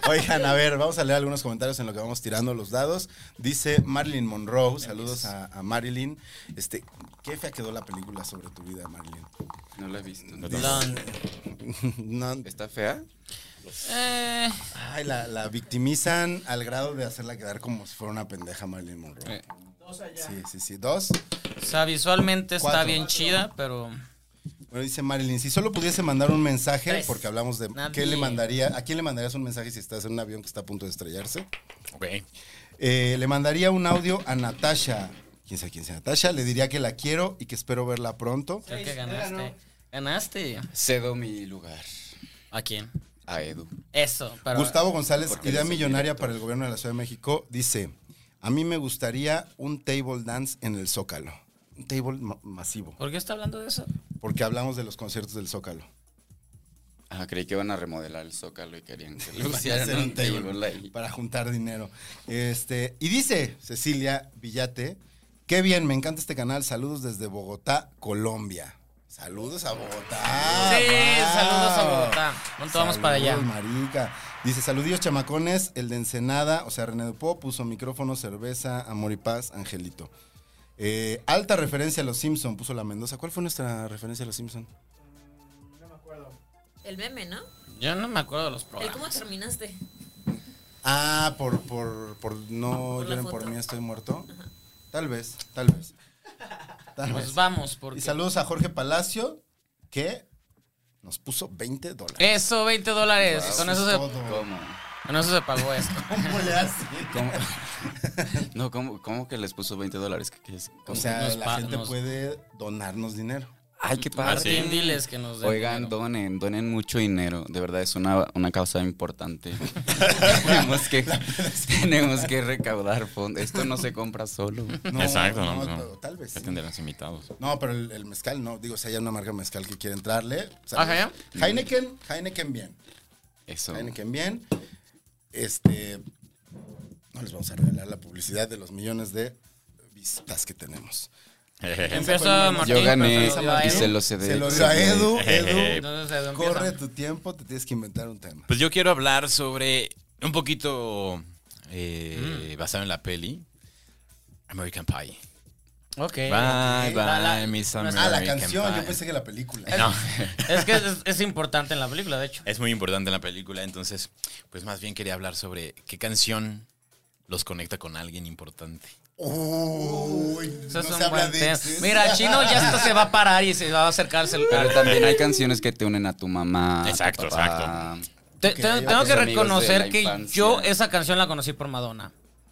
D: Oigan, a ver, vamos a leer algunos comentarios en lo que vamos tirando los dados. Dice Marilyn Monroe, saludos a, a Marilyn. Este, qué fea quedó la película sobre tu vida, Marilyn.
F: no la he visto.
A: Don-
D: No,
F: ¿Está fea?
A: Eh,
D: ay, la, la victimizan al grado de hacerla quedar como si fuera una pendeja Marilyn Monroe. Sí, sí, sí. Dos.
A: o sea, visualmente está
D: Cuatro.
A: bien chida, pero.
D: Bueno, dice Marilyn, si solo pudiese mandar un mensaje,
A: Tres.
D: porque hablamos de
A: Nadie.
D: qué le mandaría, a quién le mandarías un mensaje si estás en un avión que está a punto de estrellarse.
E: Ok.
D: Eh, le mandaría un audio a Natasha. ¿Quién sabe quién sea Natasha? Le diría que la quiero y que espero verla pronto.
A: Creo que ganaste. Ganaste.
F: Cedo mi lugar
A: ¿A quién?
F: a Edu.
A: Eso, pero.
D: Gustavo González,
F: Porque
D: idea
F: eres el
D: millonaria para el gobierno de la Ciudad de México, dice, a mí me gustaría un table dance en el Zócalo. Un table ma- masivo,
A: ¿Por qué está hablando de eso?
D: porque hablamos de los conciertos del Zócalo.
F: Ah, creí que iban a remodelar el zócalo y querían que le
D: Van a
F: pusieran
D: hacer
F: un table ahí.
D: para juntar dinero. Este, y dice Cecilia Villate, qué bien, me encanta este canal, saludos desde Bogotá, Colombia. Saludos a Bogotá.
A: sí,
D: wow.
A: saludos a Bogotá. ¿Cuánto vamos para allá?
D: Saludos, marica. Dice, saludillos chamacones, el de Ensenada, o sea, René Dupó puso micrófono, cerveza, amor y paz, Angelito. Eh, alta referencia a los Simpson puso la Mendoza. ¿Cuál fue nuestra referencia a los Simpson?
C: El meme, ¿no?
A: Yo no me acuerdo de los
C: El cómo
A: programas.
C: terminaste.
D: Ah, por, por, por no
C: Por la
D: lloren
C: foto.
D: por mí, estoy muerto. Tal vez, tal vez. Tal
A: Pues
D: vez.
A: vamos, porque.
D: Y saludos a Jorge Palacio, que nos puso 20 dólares.
A: Eso, 20 dólares.
D: Wow,
A: con,
D: eso
A: eso
D: es
A: se,
D: todo. Ah,
F: ¿Cómo?
A: con eso se pagó esto.
D: ¿Cómo le hace?
F: ¿Cómo? No, ¿cómo, cómo que les puso 20 dólares? ¿Qué- qué es?
D: O
F: ¿Cómo?
D: sea,
A: Nos
D: la
A: pa-
D: gente
A: nos-
D: puede donarnos dinero.
F: Ay, qué padre.
A: Martín, diles que nos den
F: Oigan,
A: dinero.
F: donen, donen mucho dinero. De verdad, es una, una causa importante. tenemos, que, tenemos que recaudar fondos. Esto no se compra solo.
D: No,
E: Exacto,
D: no,
E: no, no.
D: pero tal vez
E: Ya
D: sí.
E: tendrán los invitados.
D: No, pero el, el mezcal no. Digo, si hay una marca mezcal que quiere entrarle.
A: Ah,
D: ¿sabes? Heineken, Heineken bien.
F: Eso.
D: Heineken bien. Este. No les vamos a regalar la publicidad de los millones de vistas que tenemos.
A: Empieza Martín.
F: Yo gané
A: pero se lo dio a
F: y
A: Edu.
F: se lo cedé.
D: Se lo dio a Edu.
E: Eh,
D: Edu,
A: Entonces, Edu, empieza.
D: corre tu tiempo, te tienes que inventar un tema.
E: Pues yo quiero hablar sobre un poquito eh,
D: Mm.
E: basado en la peli American Pie.
A: Ok.
E: Bye,
D: ok.
E: bye,
A: Ah, Eh, la-
E: Miss
A: ah, la
E: American
D: Ah, la canción,
E: Pie.
D: yo pensé que la película.
E: No,
A: Es que es, es importante en la película, de
D: Eh,
A: hecho.
E: es muy importante en la película, entonces, pues más bien quería hablar sobre qué canción los conecta con alguien importante.
D: Uy,
A: Eso
D: no
A: es un
D: se habla
A: buen
D: de
A: tema.
D: exes.
A: Mira, el Chino ya esto se va a parar y se va a acercarse al
D: Ah,
F: Pero también hay canciones que te unen a tu mamá. a tu
E: Exacto,
F: papá.
A: Te-
D: Ok,
A: te- tengo
D: hay
F: otros
A: que
F: amigos de
A: reconocer
F: la
A: que
F: infancia.
A: yo esa canción la conocí por Madonna.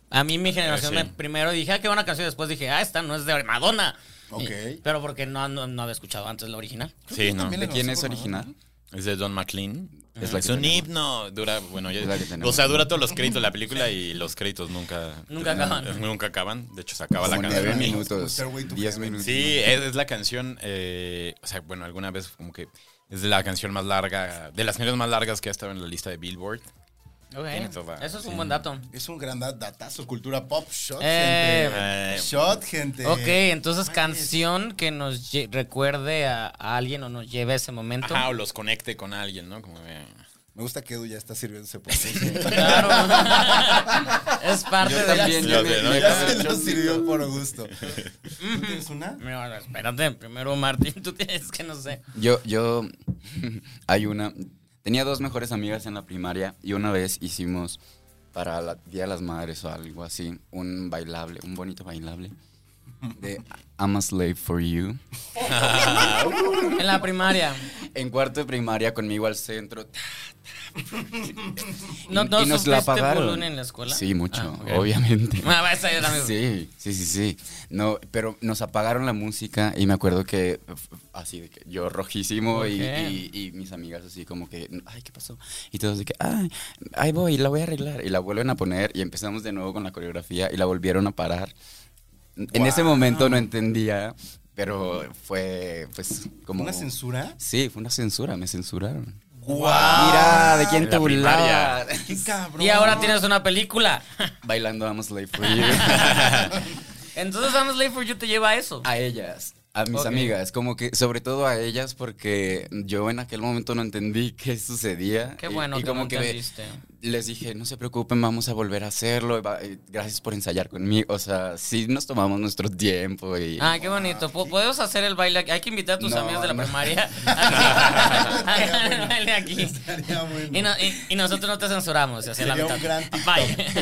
A: A mí
D: Eh,
A: mi generación
E: sí.
A: me primero dije, ah, qué buena canción. Después dije, ah, esta no es de Madonna.
D: Ok.
A: Y- pero porque no, no, no había escuchado antes la original.
E: Sí, no.
D: también
F: ¿De quién
D: No,
F: es
D: por favor.
F: original?
E: Es de Don McLean.
F: Es
E: Es,
F: la que
E: un
F: tenemos.
E: himno. Dura, bueno, ya-
F: Es la que tenemos.
E: o sea, dura todos los créditos la película y los créditos nunca, eh,
A: Nunca acaban.
E: Nunca acaban. De hecho, se acaba la
F: Como
E: canción.
F: nueve
E: y-
F: minutos.
D: Stairway to
F: Diez
D: Heaven.
F: minutos.
E: Sí, es, es la canción. eh, o sea, bueno, alguna vez como que es la canción más larga, de las canciones más largas que ha estado en la lista de Billboard.
A: Ok.
E: Tiene toda-
A: Eso es un buen dato.
D: Es un gran da- datazo, cultura pop, shot,
A: Eh,
E: Eh,
D: gente. Shot, gente.
A: ok, entonces canción que nos lle- recuerde a, a alguien o nos lleve a ese momento.
E: ajá, o los conecte con alguien, ¿no? Como que-
D: Me gusta que Edu ya está sirviéndose por ahí.
A: Claro. es parte
F: Yo
A: de la-
F: también.
E: Los
F: yo me-
E: de-
F: me
E: los de-
F: acabo
D: Ya
F: de-
D: se lo sirvió por gusto.
A: Mm.
D: ¿Tú tienes una?
A: Mira, espérate, primero Martín, tú tienes que no sé.
F: Yo, yo, hay una, tenía dos mejores amigas en la primaria y una vez hicimos para la Día de las Madres o algo así, un bailable, un bonito bailable de I'm a slave for you.
A: En la primaria.
F: En cuarto de primaria conmigo al centro. ta,
A: ¿No,
F: y-
A: no
F: y nos la
A: sufriste
F: apagaron.
A: bullying en la escuela?
F: Sí, mucho,
A: Ah, ok.
F: obviamente.
A: Ah, va, esa yo también.
F: Sí, sí, sí, sí. No, pero nos apagaron la música y me acuerdo que f- así de que yo rojísimo y-
A: Ok.
F: y, y mis amigas así como que, ay, ¿qué pasó? Y todos de que, ay, ahí voy, la voy a arreglar. Y la vuelven a poner y empezamos de nuevo con la coreografía y la volvieron a parar. En ese momento no entendía, pero fue pues como...
D: ¿Una censura?
F: Sí, fue una censura, me censuraron.
D: ¡Guau!
F: Mira,
E: Ah,
F: ¿de
E: en
F: quién
E: la
F: te burlabas?
D: ¡Qué cabrón!
A: Y ahora tienes una película.
F: Bailando I'm a Slave for You.
A: Entonces, I'm Slave for You te lleva a eso.
F: A ellas, a mis
A: Ok.
F: amigas, como que sobre todo a ellas porque yo en aquel momento no entendí qué sucedía.
A: Qué
F: y-
A: bueno
F: y,
A: que
F: como
A: no
F: que
A: entendiste.
F: les dije, no se preocupen, vamos a volver a hacerlo, y va- y gracias por ensayar conmigo, o sea, sí nos tomamos nuestro tiempo y...
A: Ah, qué bonito. Po- Podemos hacer el baile aquí. Hay que invitar a tus
F: No,
A: amigos de la
F: no.
A: primaria.
D: Estaría
A: Hagan el
D: bueno.
A: baile aquí.
D: Estaría bueno.
A: Y, no- y- y nosotros no te censuramos. Así a la
D: Sería un
A: mitad.
D: gran TikTok.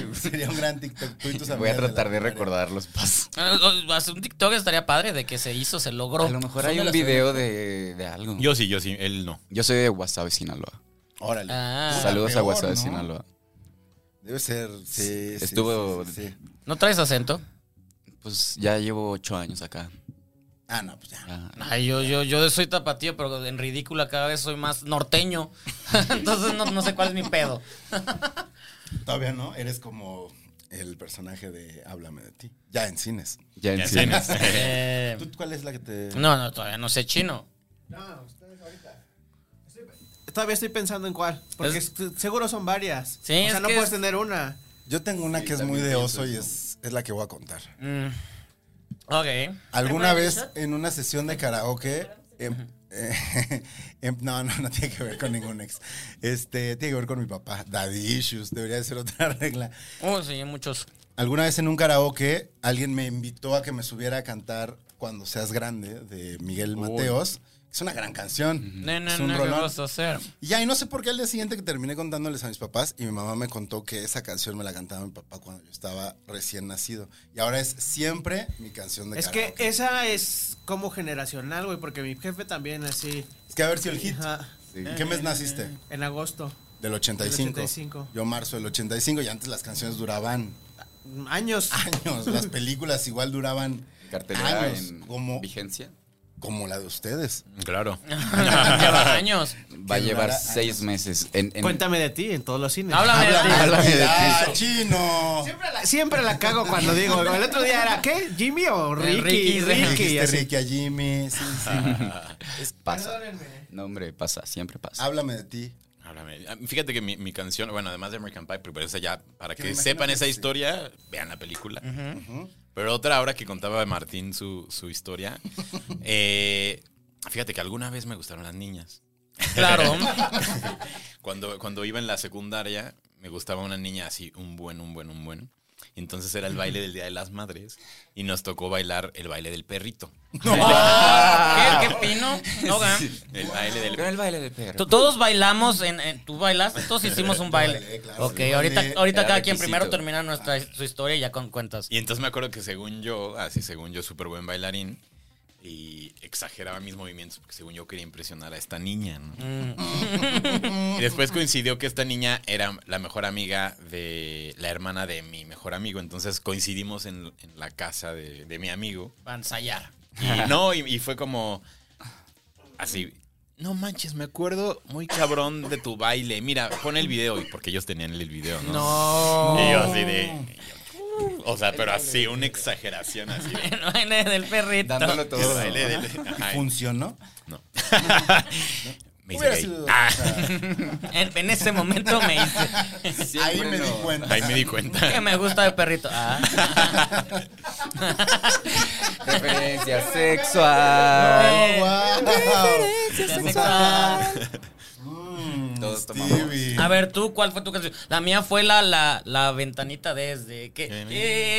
A: Bye.
D: Sería un gran TikTok. Tú y tus
F: Voy a
D: amigas
F: tratar de
D: la primaria.
F: recordar los pasos.
A: Hacer un TikTok estaría padre de que se hizo, se logró.
F: A lo mejor
D: son
F: hay
D: de
F: un
D: las
F: video de, de algo. Yo,
E: Yo sí, yo sí, él no.
F: soy de Guasave, Sinaloa.
D: Órale.
A: Ah.
D: Puta,
F: Saludos a
D: peor,
F: Guasave,
D: ¿no?
F: Sinaloa.
D: Debe ser, sí. sí,
F: Estuvo-
D: sí, sí, sí.
A: ¿No traes acento?
F: Pues ya llevo ocho años acá.
D: Ah, no, pues ya.
F: Ah,
A: Ay, yo, yo, yo soy tapatío, pero en ridícula cada vez soy más norteño. Entonces no, no sé cuál es mi pedo.
D: Todavía no. Eres como el personaje de Háblame de ti. Ya en cines.
F: ya en
E: Ya
F: cine.
E: tienes.
A: Eh,
D: ¿Tú cuál es la que te.?
A: no, no, todavía no sé chino.
G: No, ustedes ahorita.
B: Todavía estoy pensando en cuál. Porque
A: Es-
B: es- seguro son varias.
A: Sí,
B: o
A: es
B: sea, no
A: que
B: puedes
A: es-
B: tener una.
D: Yo tengo una que es muy
F: también
D: de
F: pienso
D: oso y
F: eso.
D: es, es la que voy a contar.
A: Mm. Ok.
D: Alguna vez en una sesión de karaoke. em- eh, em- no, no, no tiene que ver con ningún ex. Este, tiene que ver con mi papá. Daddy issues, debería de ser otra regla.
A: Oh, sí, hay muchos.
D: Alguna vez en un karaoke, alguien me invitó a que me subiera a cantar Cuando seas grande de Miguel Mateos. Es una gran canción.
A: No, no,
D: Es un
A: no, ¿qué
D: rolón.
A: vas a hacer?
D: Y ya, y no sé por qué al día siguiente que terminé contándoles a mis papás y mi mamá me contó que esa canción me la cantaba mi papá cuando yo estaba recién nacido. Y ahora es siempre mi canción de
B: Es que
D: karaoke.
B: esa es como generacional, güey, porque mi jefe también así.
D: Es que a ver si el hit.
B: eh, Ajá,
D: ¿En qué mes naciste?
B: en agosto.
D: Del 85.
B: Del 85.
D: Yo marzo del 85 y antes las canciones duraban
B: Años.
D: años. Las películas igual duraban
F: Cartelera
D: años.
F: en
D: como
F: vigencia.
D: como la de ustedes.
E: Claro.
A: Lleva años.
F: Va a
D: Que
F: llevar
D: durará
F: seis meses. En, en-
B: Cuéntame de ti en todos los cines.
A: Háblame de ti.
F: Háblame de
D: ¡Ah,
F: ti.
D: chino!
B: Siempre la, siempre la cago cuando digo. El otro día era, ¿qué? ¿Jimmy o
A: El Ricky,
B: Ricky?
A: Ricky.
B: Ricky.
D: Dijiste
B: así.
D: Ricky a Jimmy. Sí, sí.
F: Pasa. No, hombre, pasa, siempre pasa.
D: Háblame de ti.
E: Háblame. Ah, Fíjate que mi, mi canción, bueno, además de American Pie, pero esa ya, para
D: Que
E: que
D: me imagino
E: sepan
D: que
E: esa
D: sí.
E: historia, vean la película. Pero otra ahora que contaba Martín su, su historia, eh, fíjate que alguna vez me gustaron las niñas.
A: Claro.
E: Cuando, cuando iba en la secundaria, me gustaba una niña así, un buen, un buen, un buen. Y Entonces era el baile del Día de las Madres y nos tocó bailar el baile del perrito.
A: Oh, ¿Qué, qué pino? No, gan.
E: El baile del
F: Pero el baile del perro.
A: Tú- Todos bailamos, en, en- tú bailaste, todos hicimos un baile.
D: bailé, claro.
A: Ok,
D: Yo
A: ahorita,
D: bailé.
A: ahorita
E: Era
A: cada quien
E: requisito. Ah.
A: primero termina nuestra, su historia y ya con cuentas.
E: Y entonces me acuerdo que según yo, así según yo, súper buen bailarín, y exageraba mis movimientos porque según yo quería impresionar a esta niña, ¿no? Y después coincidió que esta niña era la mejor amiga de la hermana de mi mejor amigo, entonces coincidimos en, en la casa de, de mi amigo.
A: Para ensayar.
E: Y no, y, y fue como así. No manches, me acuerdo muy cabrón de tu baile. Mira, pon el video, y porque ellos tenían el video, ¿no?
A: No.
E: Y yo así de. O sea, pero así, una exageración así. de-
A: No, en el del perrito.
F: Dándolo todo.
E: el baile del- Ay,
D: ¿Funcionó?
E: no. Me hice
D: Hubiera
E: gay.
D: sido.
E: Ah,
D: o sea,
A: En, en ese momento me hice.
D: ahí me di cuenta.
E: ahí me di cuenta.
A: Que me gusta el perrito. Ah.
F: Referencia sexual.
A: Eh,
D: Oh, Wow.
A: sexual.
F: Todos tomamos.
D: Mm, Stevie.
A: A ver, tú, ¿cuál fue tu canción? La mía fue la, la, la ventanita desde que
E: Qué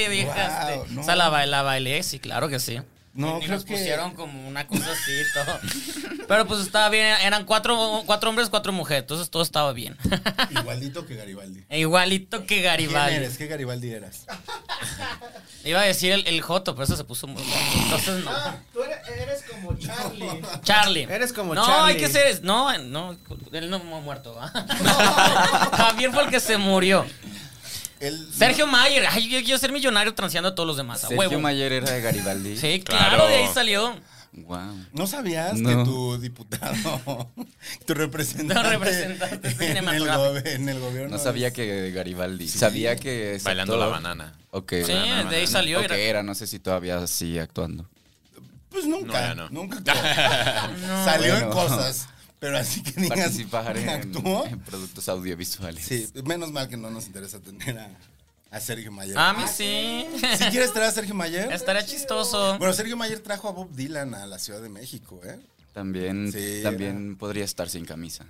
A: eh, dejaste.
D: Wow, no.
A: O sea, la, ba- la bailé, sí, claro que sí.
D: No,
A: y
D: creo
A: nos
D: que-
A: pusieron como una cosa así y todo. Pero pues estaba bien, eran cuatro, cuatro hombres, cuatro mujeres, entonces todo estaba bien.
D: Igualito que Garibaldi.
A: E Igualito que
D: ¿Quién
A: Garibaldi.
D: eres? ¿Qué Garibaldi eras?
A: Iba a decir el, el Joto, pero eso se puso muy guapo, Entonces no.
G: Ah, tú eres, eres como Charlie.
A: Charlie.
B: Eres como
A: no,
B: Charlie.
A: hay que ser. No, no, él no ha muerto, ¿va? Javier fue el que se murió.
D: El-
A: Sergio Mayer. Ay, yo quiero ser millonario transeando a todos los demás. A
F: Sergio
A: huevo.
F: Mayer era de Garibaldi.
A: Sí, claro,
E: Claro.
A: de ahí salió.
F: Wow.
D: ¿No sabías
F: No.
D: que tu diputado, tu representante,
A: Tu representante
D: en, el
A: cinematográfico.
D: gobe- en el gobierno?
F: No sabía que de Garibaldi. Sabía que. ese
E: Bailando la
F: actor-
E: banana.
F: Ok.
A: Sí, de ahí salió.
F: Ok,
A: era-
F: era, no sé si todavía sigue actuando.
D: Pues nunca,
E: No, ya no.
D: nunca. actuó. Salió en
F: Bueno.
D: cosas, pero así que digas,
F: Participar en,
D: ¿actuó?
F: en productos audiovisuales.
D: Sí, menos mal que no nos interesa tener a, a Sergio Mayer.
A: A Ah, mí sí.
D: Si quieres traer a Sergio Mayer.
A: Estaría chistoso.
D: Bueno, Sergio Mayer trajo a Bob Dylan a la Ciudad de México, ¿eh?
F: También,
D: Sí,
F: también podría estar sin camisa.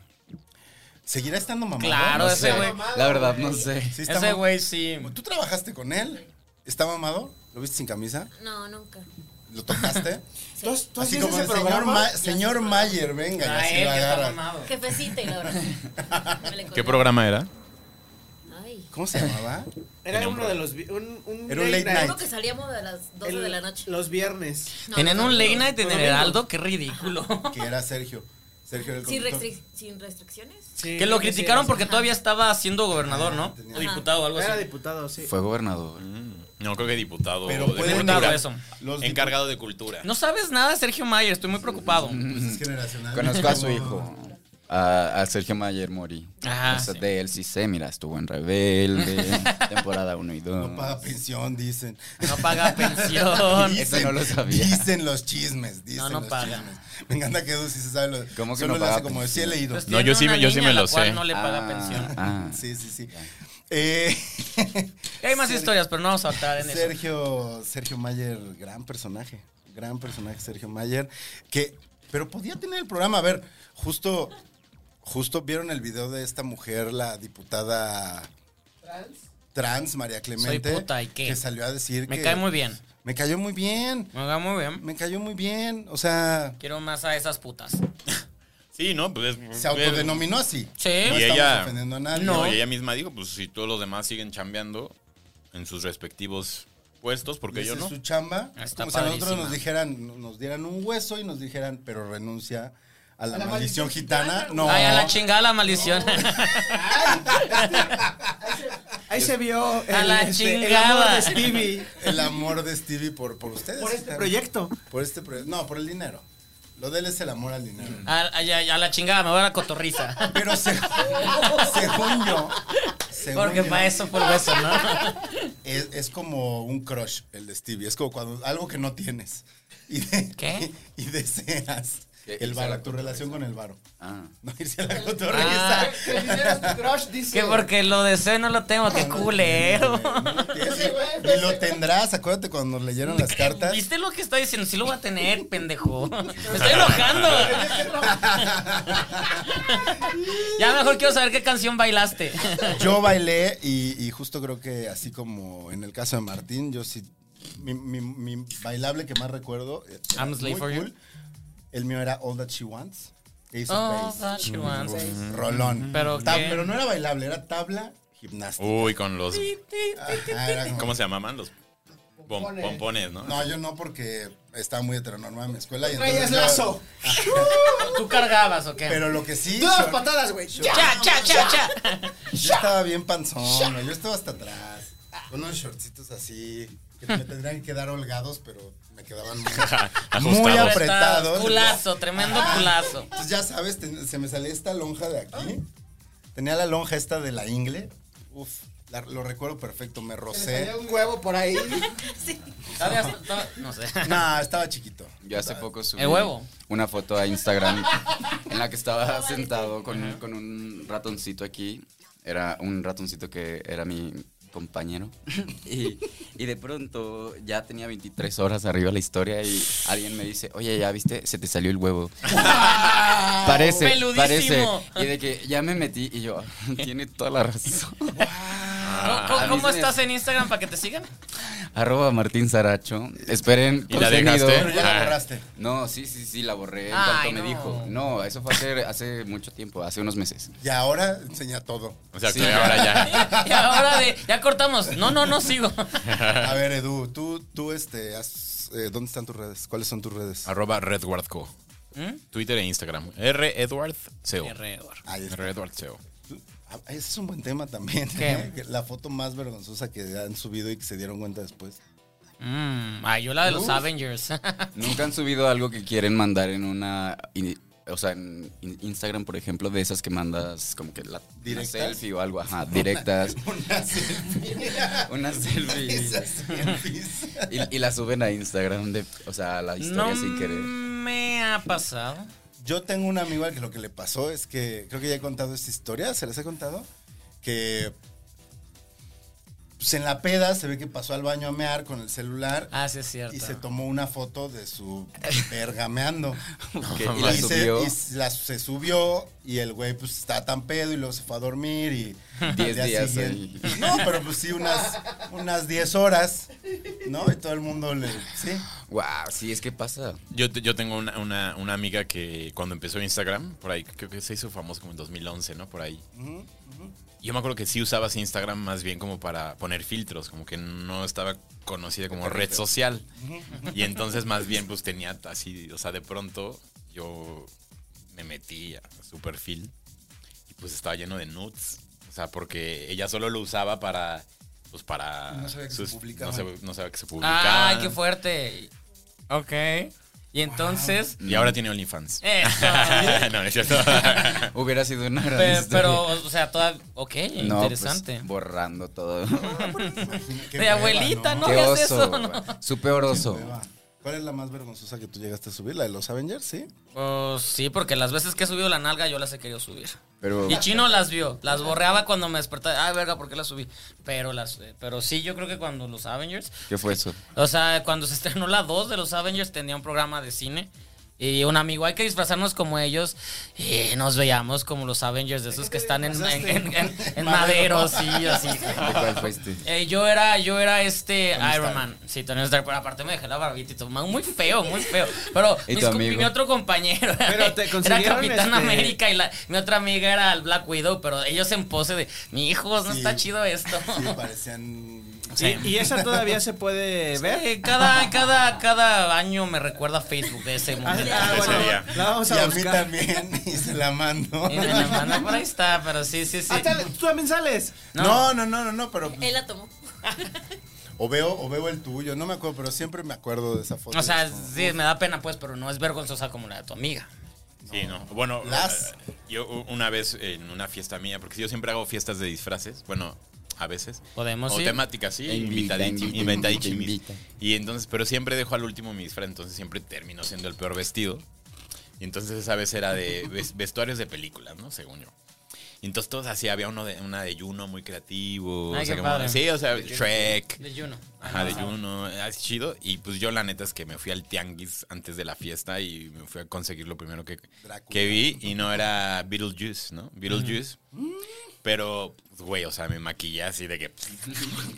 D: ¿Seguirá estando mamado?
A: Claro,
D: No
A: ese
D: sé.
A: güey.
F: La verdad, no sé.
D: Sí está
A: Ese
D: mam-
A: güey sí.
D: ¿Tú trabajaste con él? ¿Está mamado? ¿Lo viste sin camisa?
C: No, nunca.
D: ¿Lo tocaste?
G: ¿Tú, has- tú has
D: Así
G: visto
D: como
G: ese
D: el señor,
G: programa?
D: Ma- señor Mayer, venga, y
A: A
D: así
A: Ah, él
D: lo
A: que está
D: agarra.
A: mamado.
C: Jefecita y la verdad. Me le colgué.
E: ¿Qué programa era?
C: Ay.
D: ¿Cómo se llamaba?
G: Era uno de los. vi- Un, un
D: Era un late
C: Algo
D: night.
C: que salíamos de las 12
G: el-
C: de la noche.
G: Los viernes.
C: No,
A: Tenían
C: no,
A: un
C: no.
A: late night
G: Los
A: en el
G: domingos.
A: Heraldo, qué ridículo.
D: Que era Sergio. Sergio era el
C: Sin,
D: conductor.
C: restric- sin restricciones.
G: Sí,
A: Que lo
G: creo sí
A: criticaron
G: era.
A: porque todavía estaba siendo gobernador, ¿no?
D: Tenía-
A: O diputado o algo
G: Era
A: así.
G: diputado, sí.
F: Fue gobernador.
E: No, creo que diputado.
D: Pero
E: de
D: pueden
E: cultura.
A: Diputado, eso.
D: Los
E: Encargado de cultura.
A: No sabes nada de Sergio Mayer, estoy muy preocupado.
D: Pues es generacional.
F: Conozco a su hijo. A, a Sergio Mayer Mori.
A: Ah,
F: O sea,
A: sí.
F: De él sí sé, mira, estuvo en Rebelde, temporada 1 y 2.
D: No paga pensión, dicen.
A: No paga pensión.
F: Eso no lo sabía.
D: Dicen los chismes, dicen
A: No, no
D: los
A: paga.
D: chismes. Me encanta que Edu sí se sabe lo
F: ¿Cómo que
D: solo
F: no
D: le hace
F: paga
D: como
F: pensión?
D: sí he leído.
A: Pues
E: No,
A: tiene
E: yo sí me-
A: una
E: yo sí
A: niña
E: me
A: a la
E: lo
A: cual
E: sé.
A: No le paga pensión.
F: Ah,
D: Sí, sí, sí. Eh,
A: Y hay más
D: Ser-
A: historias, pero no vamos a saltar en eso.
D: Sergio, Sergio Mayer, gran personaje. Gran personaje, Sergio Mayer. Que, pero podía tener el programa. A ver, justo, justo vieron el video de esta mujer, la diputada trans, María Clemente.
A: puta, ¿y qué?
D: Que salió a decir
A: Me
D: que-
A: cae muy bien.
D: Me cayó muy bien.
A: Me va muy bien.
D: Me cayó muy bien. O sea,
A: Quiero más a esas putas.
E: Sí, ¿no? Pues es-
D: se autodenominó así.
A: Sí.
D: No estamos
E: Y ella-
D: ofendiendo a nadie.
E: No, y ella misma dijo, pues si todos los demás siguen chambeando en sus respectivos puestos, porque
D: Esa
E: yo
D: es
E: no.
D: su chamba.
A: Está
D: como si a nosotros
A: padrísima.
D: nos dijeran, nos dieran un hueso y nos dijeran, pero renuncia a la,
G: la
D: maldición
G: maldición
D: gitana. No.
A: Ay, a la chingada la maldición.
B: Ahí se vio el,
A: A la
B: este, el
A: chingada.
B: amor de Stevie
D: El amor de Stevie por, por ustedes.
G: Por este
D: Están-
G: proyecto.
D: Por este proyecto. No, por el dinero. Lo de él es el amor al dinero.
A: A, a- ya- ya la chingada, me voy a la cotorriza.
D: Pero se- según yo, según
A: Porque
D: yo,
A: para eso fue el beso, ¿no?
D: Es, es como un crush el de Stevie. Es como cuando algo que no tienes. Y de-
A: ¿Qué?
D: Y, deseas
F: Que
D: el
F: irse a la
D: varo, tu relación con el varo.
F: Ah.
D: No irse a la cotorriza.
A: Ah.
G: El dinero es tu crush, dice.
A: Que porque lo deseo y no lo tengo, qué culero.
D: Y lo tendrás, acuérdate cuando nos leyeron las cartas.
A: ¿Viste lo que está diciendo? Sí lo voy a tener, pendejo. Me estoy enojando. ya mejor quiero saber qué canción bailaste.
D: Yo bailé y, y justo creo que así como en el caso de Martín, yo sí, mi, mi- mi bailable que más recuerdo, eh, era
A: I'm a slave
D: muy
A: for you.
D: cool. el mío era All That She Wants, Ace
A: Oh,
D: of Base,
A: that she wants.
D: Rolón.
A: Pero Oh.
D: Ta-
A: qué-
D: pero no era bailable, era tabla gimnástica.
E: Uy, con los.
D: Ajá, era como-
E: ¿Cómo se llamaban? Los bom- pompones, ¿no?
D: No, yo no porque estaba muy heteronormada en mi escuela. Y
G: Traías
D: entonces yo-
G: lazo.
A: ¿Tú cargabas o qué?
D: Pero lo que sí,
G: Todas
D: yo,
G: patadas, güey.
A: Cha, cha, cha, cha.
D: yo estaba bien panzón, güey, yo estaba hasta atrás, con unos shortcitos así, que me tendrían que dar holgados, pero me quedaban muy... Muy
E: Ah, Ajustados.
D: apretado.
A: Culazo, tremendo culazo.
D: Entonces ya sabes, ten- se me salía esta lonja de aquí. Tenía la lonja esta de la ingle. Uf, la- lo recuerdo perfecto, me rocé.
G: Tenía un huevo por ahí.
A: Todavía- todavía- No sé.
D: Nah, estaba chiquito.
F: Yo hace poco subí
A: El huevo.
F: una foto a Instagram en la que estaba sentado con, un- con un ratoncito aquí. Era un ratoncito que era mi compañero. Y, y de pronto ya tenía 23 horas arriba la historia y alguien me dice, oye, ya viste, se te salió el huevo. parece,
A: Peludísimo.
F: parece. Y de que ya me metí y yo, tiene toda la razón.
A: ¿Cómo-
F: a
A: ¿Cómo,
F: mí
A: cómo
F: se me-
A: estás en Instagram para que te sigan?
F: Arroba Martín Saracho. Esperen.
E: ¿Y la
F: contenido.
E: dejaste?
D: Pero ya la
E: Ah.
D: borraste.
F: No, sí, sí, sí, la borré en
A: Ay,
F: cuanto me
A: no.
F: dijo. No, eso fue hace, hace mucho tiempo, hace unos meses.
D: Y ahora enseña todo.
E: O sea, que
F: Sí.
E: ahora ya.
A: Y ahora de, ya cortamos. No, no, no sigo.
D: A ver, Edu, tú, tú este, has- eh, ¿dónde están tus redes? ¿Cuáles son tus redes?
E: Arroba RedwardCo.
A: ¿Mm?
E: Twitter e Instagram. R Edward CO.
A: Alrededor.
D: Ahí está.
E: R Edward CO.
D: Tú- ah, Ese es un buen tema también.
A: ¿Qué?
D: ¿eh? La foto más vergonzosa que han subido y que se dieron cuenta después.
A: Mm, ay, yo la de los Avengers.
F: Nunca han subido algo que quieren mandar en una. in- o sea, en in- Instagram, por ejemplo, de esas que mandas como que la una
D: ¿Directas?
F: selfie o algo, ajá, directas.
D: Una selfie.
F: una selfie.
D: Esas selfies.
F: Y, y la suben a Instagram, de, o sea, a la
A: no
F: historia sin querer.
A: me ha pasado.
D: Yo tengo un amigo al que lo que le pasó es que, creo que ya he contado esta historia, se las he contado, que pues en la peda se ve que pasó al baño a mear con el celular
A: Ah, sí, es cierto.
D: y se tomó una foto de su vergameando.
F: Que-
D: y
F: y la
D: se-
F: subió
D: y s- la- se subió y el güey pues estaba tan pedo y luego se fue a dormir y... al
F: 10
D: día
F: días
D: siguiente-
F: ahí.
D: No, pero pues sí, unas, unas 10 horas, ¿no? Y todo el mundo le... Sí.
F: Wow, sí, es que pasa.
E: Yo, te- yo tengo una, una- una amiga que cuando empezó Instagram, por ahí creo que se hizo famoso como en 2011, ¿no? Por ahí. Yo me acuerdo que sí usabas Instagram más bien como para poner filtros, como que no estaba conocida como red social. Y entonces más bien pues tenía así, o sea, de pronto yo me metí a su perfil y pues estaba lleno de nudes. O sea, porque ella solo lo usaba para... Pues para...
D: No sabía que se
E: no,
D: publicaban.
E: sabía, no sabía que se publicaba.
A: Ay, qué
F: Ah.
A: fuerte. Ok. Y entonces.
E: Y ahora tiene OnlyFans.
A: Eso.
E: no, no es cierto.
F: Hubiera sido una gran
A: Pe-
F: historia.
A: pero, o sea, toda. Ok,
F: Este, No, pues,
A: interesante.
F: borrando todo.
D: Qué
A: de
D: hueva,
A: abuelita,
D: ¿no?
A: ¿no?
F: Qué
A: hagas
F: oso.
A: eso, ¿no?
F: Su peor oso.
D: Eva, ¿Cuál es la más vergonzosa que tú llegaste a subir? ¿La de los Avengers? Sí.
A: Oh, sí, porque las veces que he subido la nalga yo las he querido subir.
F: Pero
A: Y Chino las vio, las borreaba cuando me despertaba. Ay, verga, ¿por qué las subí? Pero las, eh, pero sí, yo creo que cuando los Avengers,
F: ¿qué fue eso?
A: o sea, cuando se estrenó la 2 de los Avengers tenía un programa de cine y un amigo, hay que disfrazarnos como ellos y nos veíamos como los Avengers de esos que están en, en, en- en- en madero, sí, así.
F: ¿De cuál fuiste?
A: Eh, yo era, yo era este Iron Man. Sí, Tony Stark, pero aparte me dejé la barbita y todo. man, Muy feo, muy feo. Pero
F: ¿Y
A: mis
F: tu
A: com-
F: amigo?
A: mi otro compañero
B: Pero te
A: era
B: consiguieron,
A: Capitán
B: este-
A: América y la, mi otra amiga era el Black Widow, pero ellos en pose de, mi hijo, no
D: Sí.
A: está chido esto.
D: Sí, parecían.
A: Sí.
B: ¿Y, y esa todavía se puede ver.
A: Eh, cada, cada, cada año me recuerda a Facebook de ese
B: Ah,
A: momento.
B: ah, bueno,
E: Ese día.
B: la vamos
D: Y
B: a
D: a mí
B: buscar.
D: también, y se la mando.
A: Y me la mandó, por ahí está, pero sí, sí, sí.
B: Ah, chale, tú también sales.
D: No, no, no, no, no, pero.
C: Él la tomó.
D: O veo, o veo el tuyo, no me acuerdo, pero siempre me acuerdo de esa foto.
A: O sea,
D: Es como,
A: sí, me da pena, pues, pero no es vergonzosa como la de tu amiga.
E: Sí, no. Bueno,
D: Las-
E: eh, yo u- una vez en una fiesta mía, porque yo siempre hago fiestas de disfraces, bueno, a veces.
A: Podemos
E: O
A: ir.
E: temáticas, sí,
F: Te invita,
E: invitadi-
F: te invita,
E: invitadichimis.
F: te invita.
E: Y entonces, pero siempre dejo al último mi disfraz, entonces siempre termino siendo el peor vestido. Y entonces esa vez era de ves- vestuarios de películas, ¿no? Según yo. Y entonces todos así, había uno de, una de Juno muy creativo.
A: Ay,
E: o sea,
A: qué
E: como-
A: padre.
E: sí, o sea, Shrek.
A: De Juno.
E: Ajá, de Juno, así chido. Y pues yo la neta es que me fui al tianguis antes de la fiesta y me fui a conseguir lo primero que,
D: Drácula.
E: que vi y no era Beetlejuice, ¿no? Beetlejuice. Pero, pues, güey, o sea, me maquillé así de que...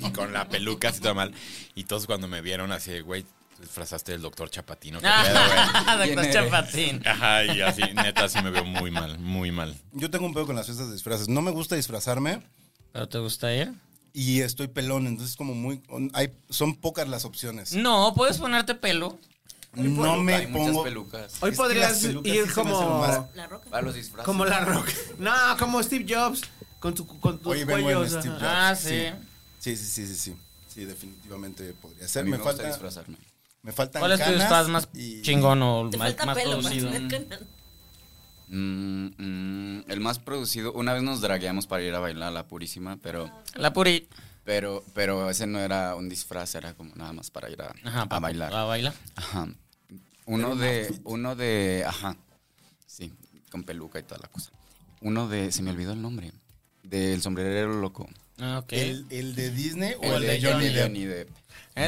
E: y con la peluca así todo mal. Y todos cuando me vieron así, de, güey, te disfrazaste del doctor Chapatino. ¿qué pedo, güey?"
A: Ah, de
F: ¿Quién
A: Cruz
F: eres?
A: Chapatín.
E: Ajá, y así, neta, así me veo muy mal, muy mal.
D: Yo tengo un pedo con las fiestas de disfraces. No me gusta disfrazarme
A: ¿Pero te gusta ir?
D: y estoy pelón, entonces como muy... Hay, son pocas las opciones.
A: No, puedes ponerte pelo.
D: No me
F: Hay muchas
D: pongo...
B: Hoy
F: pelucas.
D: Es que las
B: podrías
D: pelucas sí
B: ir
D: se me hacen
B: como,
D: más-
C: La roca.
F: Para los disfraces.
B: como la roca. No, como Steve Jobs. Con tu con tus
D: Hoy vengo en
B: cuellos,
D: Steve
B: ajá.
D: Jobs.
A: Ah, sí.
D: Sí, sí, sí, sí, sí. Sí, definitivamente podría
F: A
D: ser.
F: mí
D: Me,
F: me, gusta
D: falta,
F: disfrazarme.
D: me faltan
A: ¿Cuál es tu
D: canas
A: disfraz más
D: y-
A: chingón o
C: Te
A: más,
C: falta
A: más
C: pelo
A: producido?
C: para tener canas.
F: Mm, mm, el más producido, una vez nos dragueamos para ir a bailar a la Purísima, pero,
A: La puri.
F: pero, pero ese no era un disfraz, era como nada más para ir a,
A: Ajá,
F: a
A: pa-
F: bailar.
D: Ah.
A: A bailar.
F: Ajá. Uno de, uno de, ajá, sí, con peluca y toda la cosa. Uno de, se me olvidó el nombre, del sombrerero loco.
A: Ah, ok.
D: ¿El, el de Disney o
A: El de
D: el, de Johnny Depp? Eh,
F: Depp.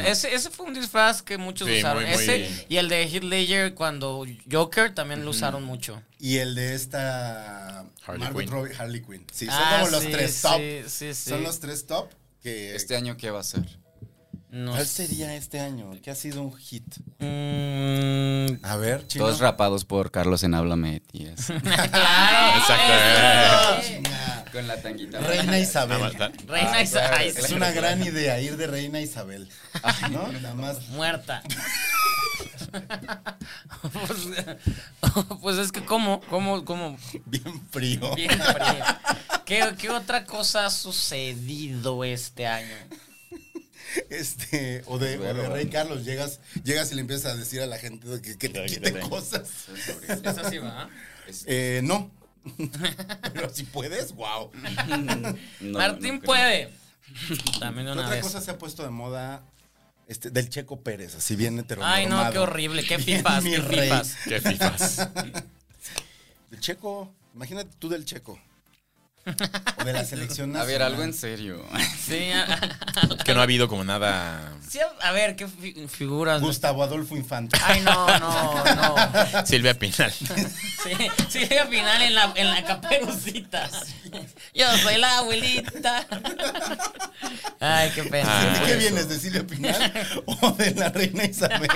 A: E- Ese, ese fue un disfraz que muchos
E: Sí,
A: usaron.
E: muy, muy-
A: Ese y el de Heath Ledger cuando Joker también lo usaron mucho.
D: Y el de esta
E: Harley
D: Margot
E: Quinn.
D: Robbie, Harley Quinn. Sí, son
A: Ah,
D: como los
A: sí,
D: tres
A: sí,
D: top.
A: sí, sí.
D: Son los tres top que...
F: Este año, ¿qué va a ser?
A: No
D: ¿Cuál
A: sé.
D: sería este año? ¿Qué ha sido un hit?
A: Mm,
D: A ver, chino.
F: Todos rapados por Carlos en Háblame, tías.
A: claro.
E: Exacto.
D: Chinga.
F: con la tanguita.
D: Reina Isabel. Ah,
E: Nada más, da-
A: Reina Isa- ay,
D: Es
A: sí,
D: una gran idea ir de Reina Isabel. ¿No? Nada más.
A: Muerta. pues, pues es que, ¿cómo? ¿Cómo? ¿Cómo?
D: Bien frío.
A: Bien, frío. ¿Qué, ¿Qué otra cosa ha sucedido este año?
D: Este, o de, o de Rey Carlos, llegas, llegas y le empiezas a decir a la gente que, que te quiten cosas.
A: Es así, ¿verdad?
D: Eh, no. Pero si puedes, wow.
F: No,
A: Martín
F: no creo.
A: puede. También de
D: ¿Qué
A: una
D: otra
A: vez.
D: cosa se ha puesto de moda? Este, del Checo Pérez, así bien heteronormado.
A: Ay, no, qué horrible. Qué
D: Bien,
A: pipas,
D: mi
A: qué
D: rey.
A: pipas.
E: Qué fifas.
D: Del Checo, imagínate tú del Checo. O de la selección
F: A
D: nacional.
F: ver, algo en serio.
A: Sí, a,
E: que no ha habido como nada...
A: sí, a- a ver, qué fi- figuras. me-
D: Gustavo Adolfo Infante.
A: Ay, no, no, no.
E: Silvia Pinal.
A: Sí, sí, al final en la, en la caperucita. Yo soy la abuelita. Ay, qué pena.
D: ¿De qué vienes, de Silvia Pinal o de la reina Isabel?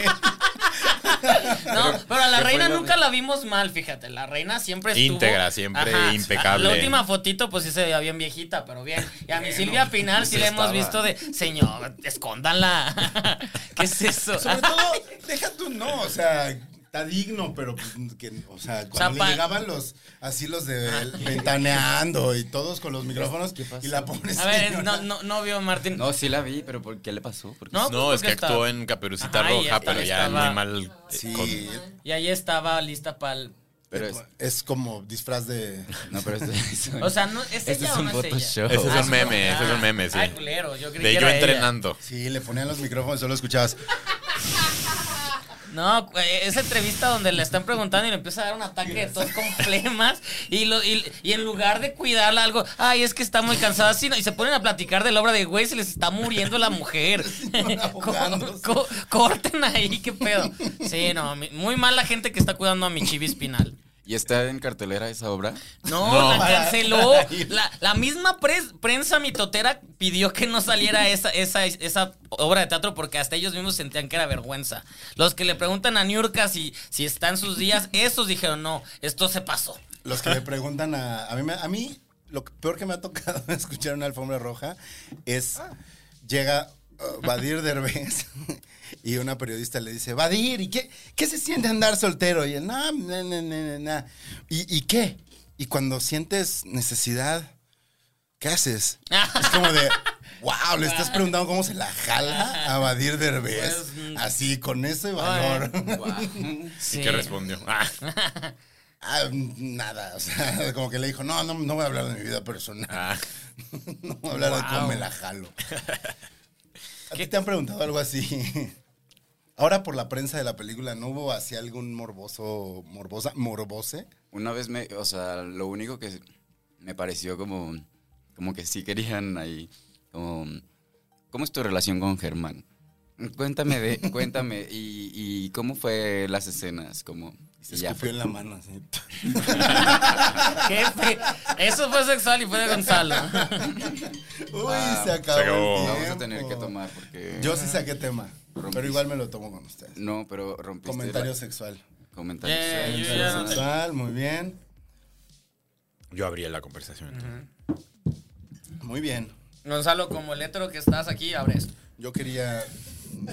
A: No, pero a la
F: ¿Qué fue
A: reina
F: lo
A: nunca la vimos mal, fíjate. La reina siempre estuvo.
E: Íntegra, siempre impecable.
A: La última fotito, pues sí se veía bien viejita, pero bien. Y a mi Silvia Pinal sí
F: pues
A: la hemos visto
F: estaba.
A: de. Señor, escóndanla. ¿Qué es eso?
D: Sobre todo, deja tú, no, o sea, está digno, pero pues, que, o sea, cuando le
A: pa- Ah.
D: llegaban los, así los de ventaneando y todos con los micrófonos y la pobre
A: A ver,
D: señora-
A: no, no, no vio Martín.
F: No, sí la vi, pero ¿por qué le pasó? Porque
A: No, pues
E: No, es que
A: porque está-
E: actuó en Caperucita
A: Ajá, y
E: Roja,
A: esta-
E: pero ya
A: estaba-
E: muy mal. eh,
D: Sí,
E: con-
A: Y ahí estaba lista para el.
F: Pero es,
D: es, como disfraz de...
F: no, pero es,
A: O sea, no, ¿es
F: Este
A: ella
F: es
A: o
F: un
A: no es ella?
F: Photoshop.
E: Ese es
A: Ah,
E: un meme,
A: ah,
E: ese es un meme, sí.
A: Ay, culero, yo creí que
E: De yo
A: era ella.
E: entrenando.
D: Sí, le ponían los micrófonos, solo escuchabas.
A: No, güey, esa entrevista donde le están preguntando y le empieza a dar un ataque de tos con flemas y, lo, y, y en lugar de cuidarla algo, ay, es que está muy cansada, sí, no, y se ponen a platicar de la obra de güey, se les está muriendo la mujer.
D: ahogándose.
A: Co- co- corten ahí, qué pedo. Sí, no, mi- muy mal la gente que está cuidando a mi chivi espinal.
F: ¿Y está en cartelera esa obra?
A: No,
E: No.
A: la
D: Para-
A: canceló.
D: para ir.
A: La, la misma pres- prensa mitotera pidió que no saliera esa, esa, esa obra de teatro porque hasta ellos mismos sentían que era vergüenza. Los que le preguntan a Niurka si, si está en sus días, esos dijeron, no, esto se pasó.
D: Los que le preguntan a. A mí, me- a mí lo que- peor que me ha tocado escuchar en una alfombra roja es.
A: Ah.
D: Llega uh, Badir Derbez y una periodista le dice: Badir, ¿y qué, qué se siente andar soltero? Y él, no, no, no, no, no, no". ¿Y, ¿Y qué? Y cuando sientes necesidad, ¿qué haces? Es como de. wow, le estás preguntando cómo se la jala a Badir Derbez.
A: Pues, mm.
D: Así, con ese valor.
E: ¿Y qué respondió? Ah,
D: Ah, nada, o sea, como que le dijo, no, no, no voy a hablar de mi vida personal.
E: Ah.
D: No voy a hablar de cómo
A: Wow.
D: me la jalo. ¿A ti te han preguntado algo así? Ahora por la prensa de la película, ¿no hubo así algún morboso, morbosa, morbose?
F: Una vez me, o sea, lo único que me pareció como, como que sí querían ahí, como, ¿cómo es tu relación con Germán? Cuéntame de, cuéntame, y, y cómo fue las escenas, como,
D: Y se
F: y ya
D: escupió
F: fue.
D: en la mano así.
A: Qué fe- Eso fue sexual y fue de Gonzalo.
D: Uy,
F: Ah,
D: se acabó. el
E: se acabó.
D: tiempo.
F: Vamos a tener que tomar porque...
D: Yo sí saqué tema, pero igual me lo tomo con ustedes.
F: No, pero rompiste... la-
D: Comentario sexual.
F: Comentarios.
A: Yeah,
F: sí.
A: Eh, yo ya no
D: Comentario
A: te-
D: sexual, muy bien.
E: Yo abría la conversación.
D: Muy bien.
A: Gonzalo, como el hétero que estás aquí, abre esto.
D: Yo quería.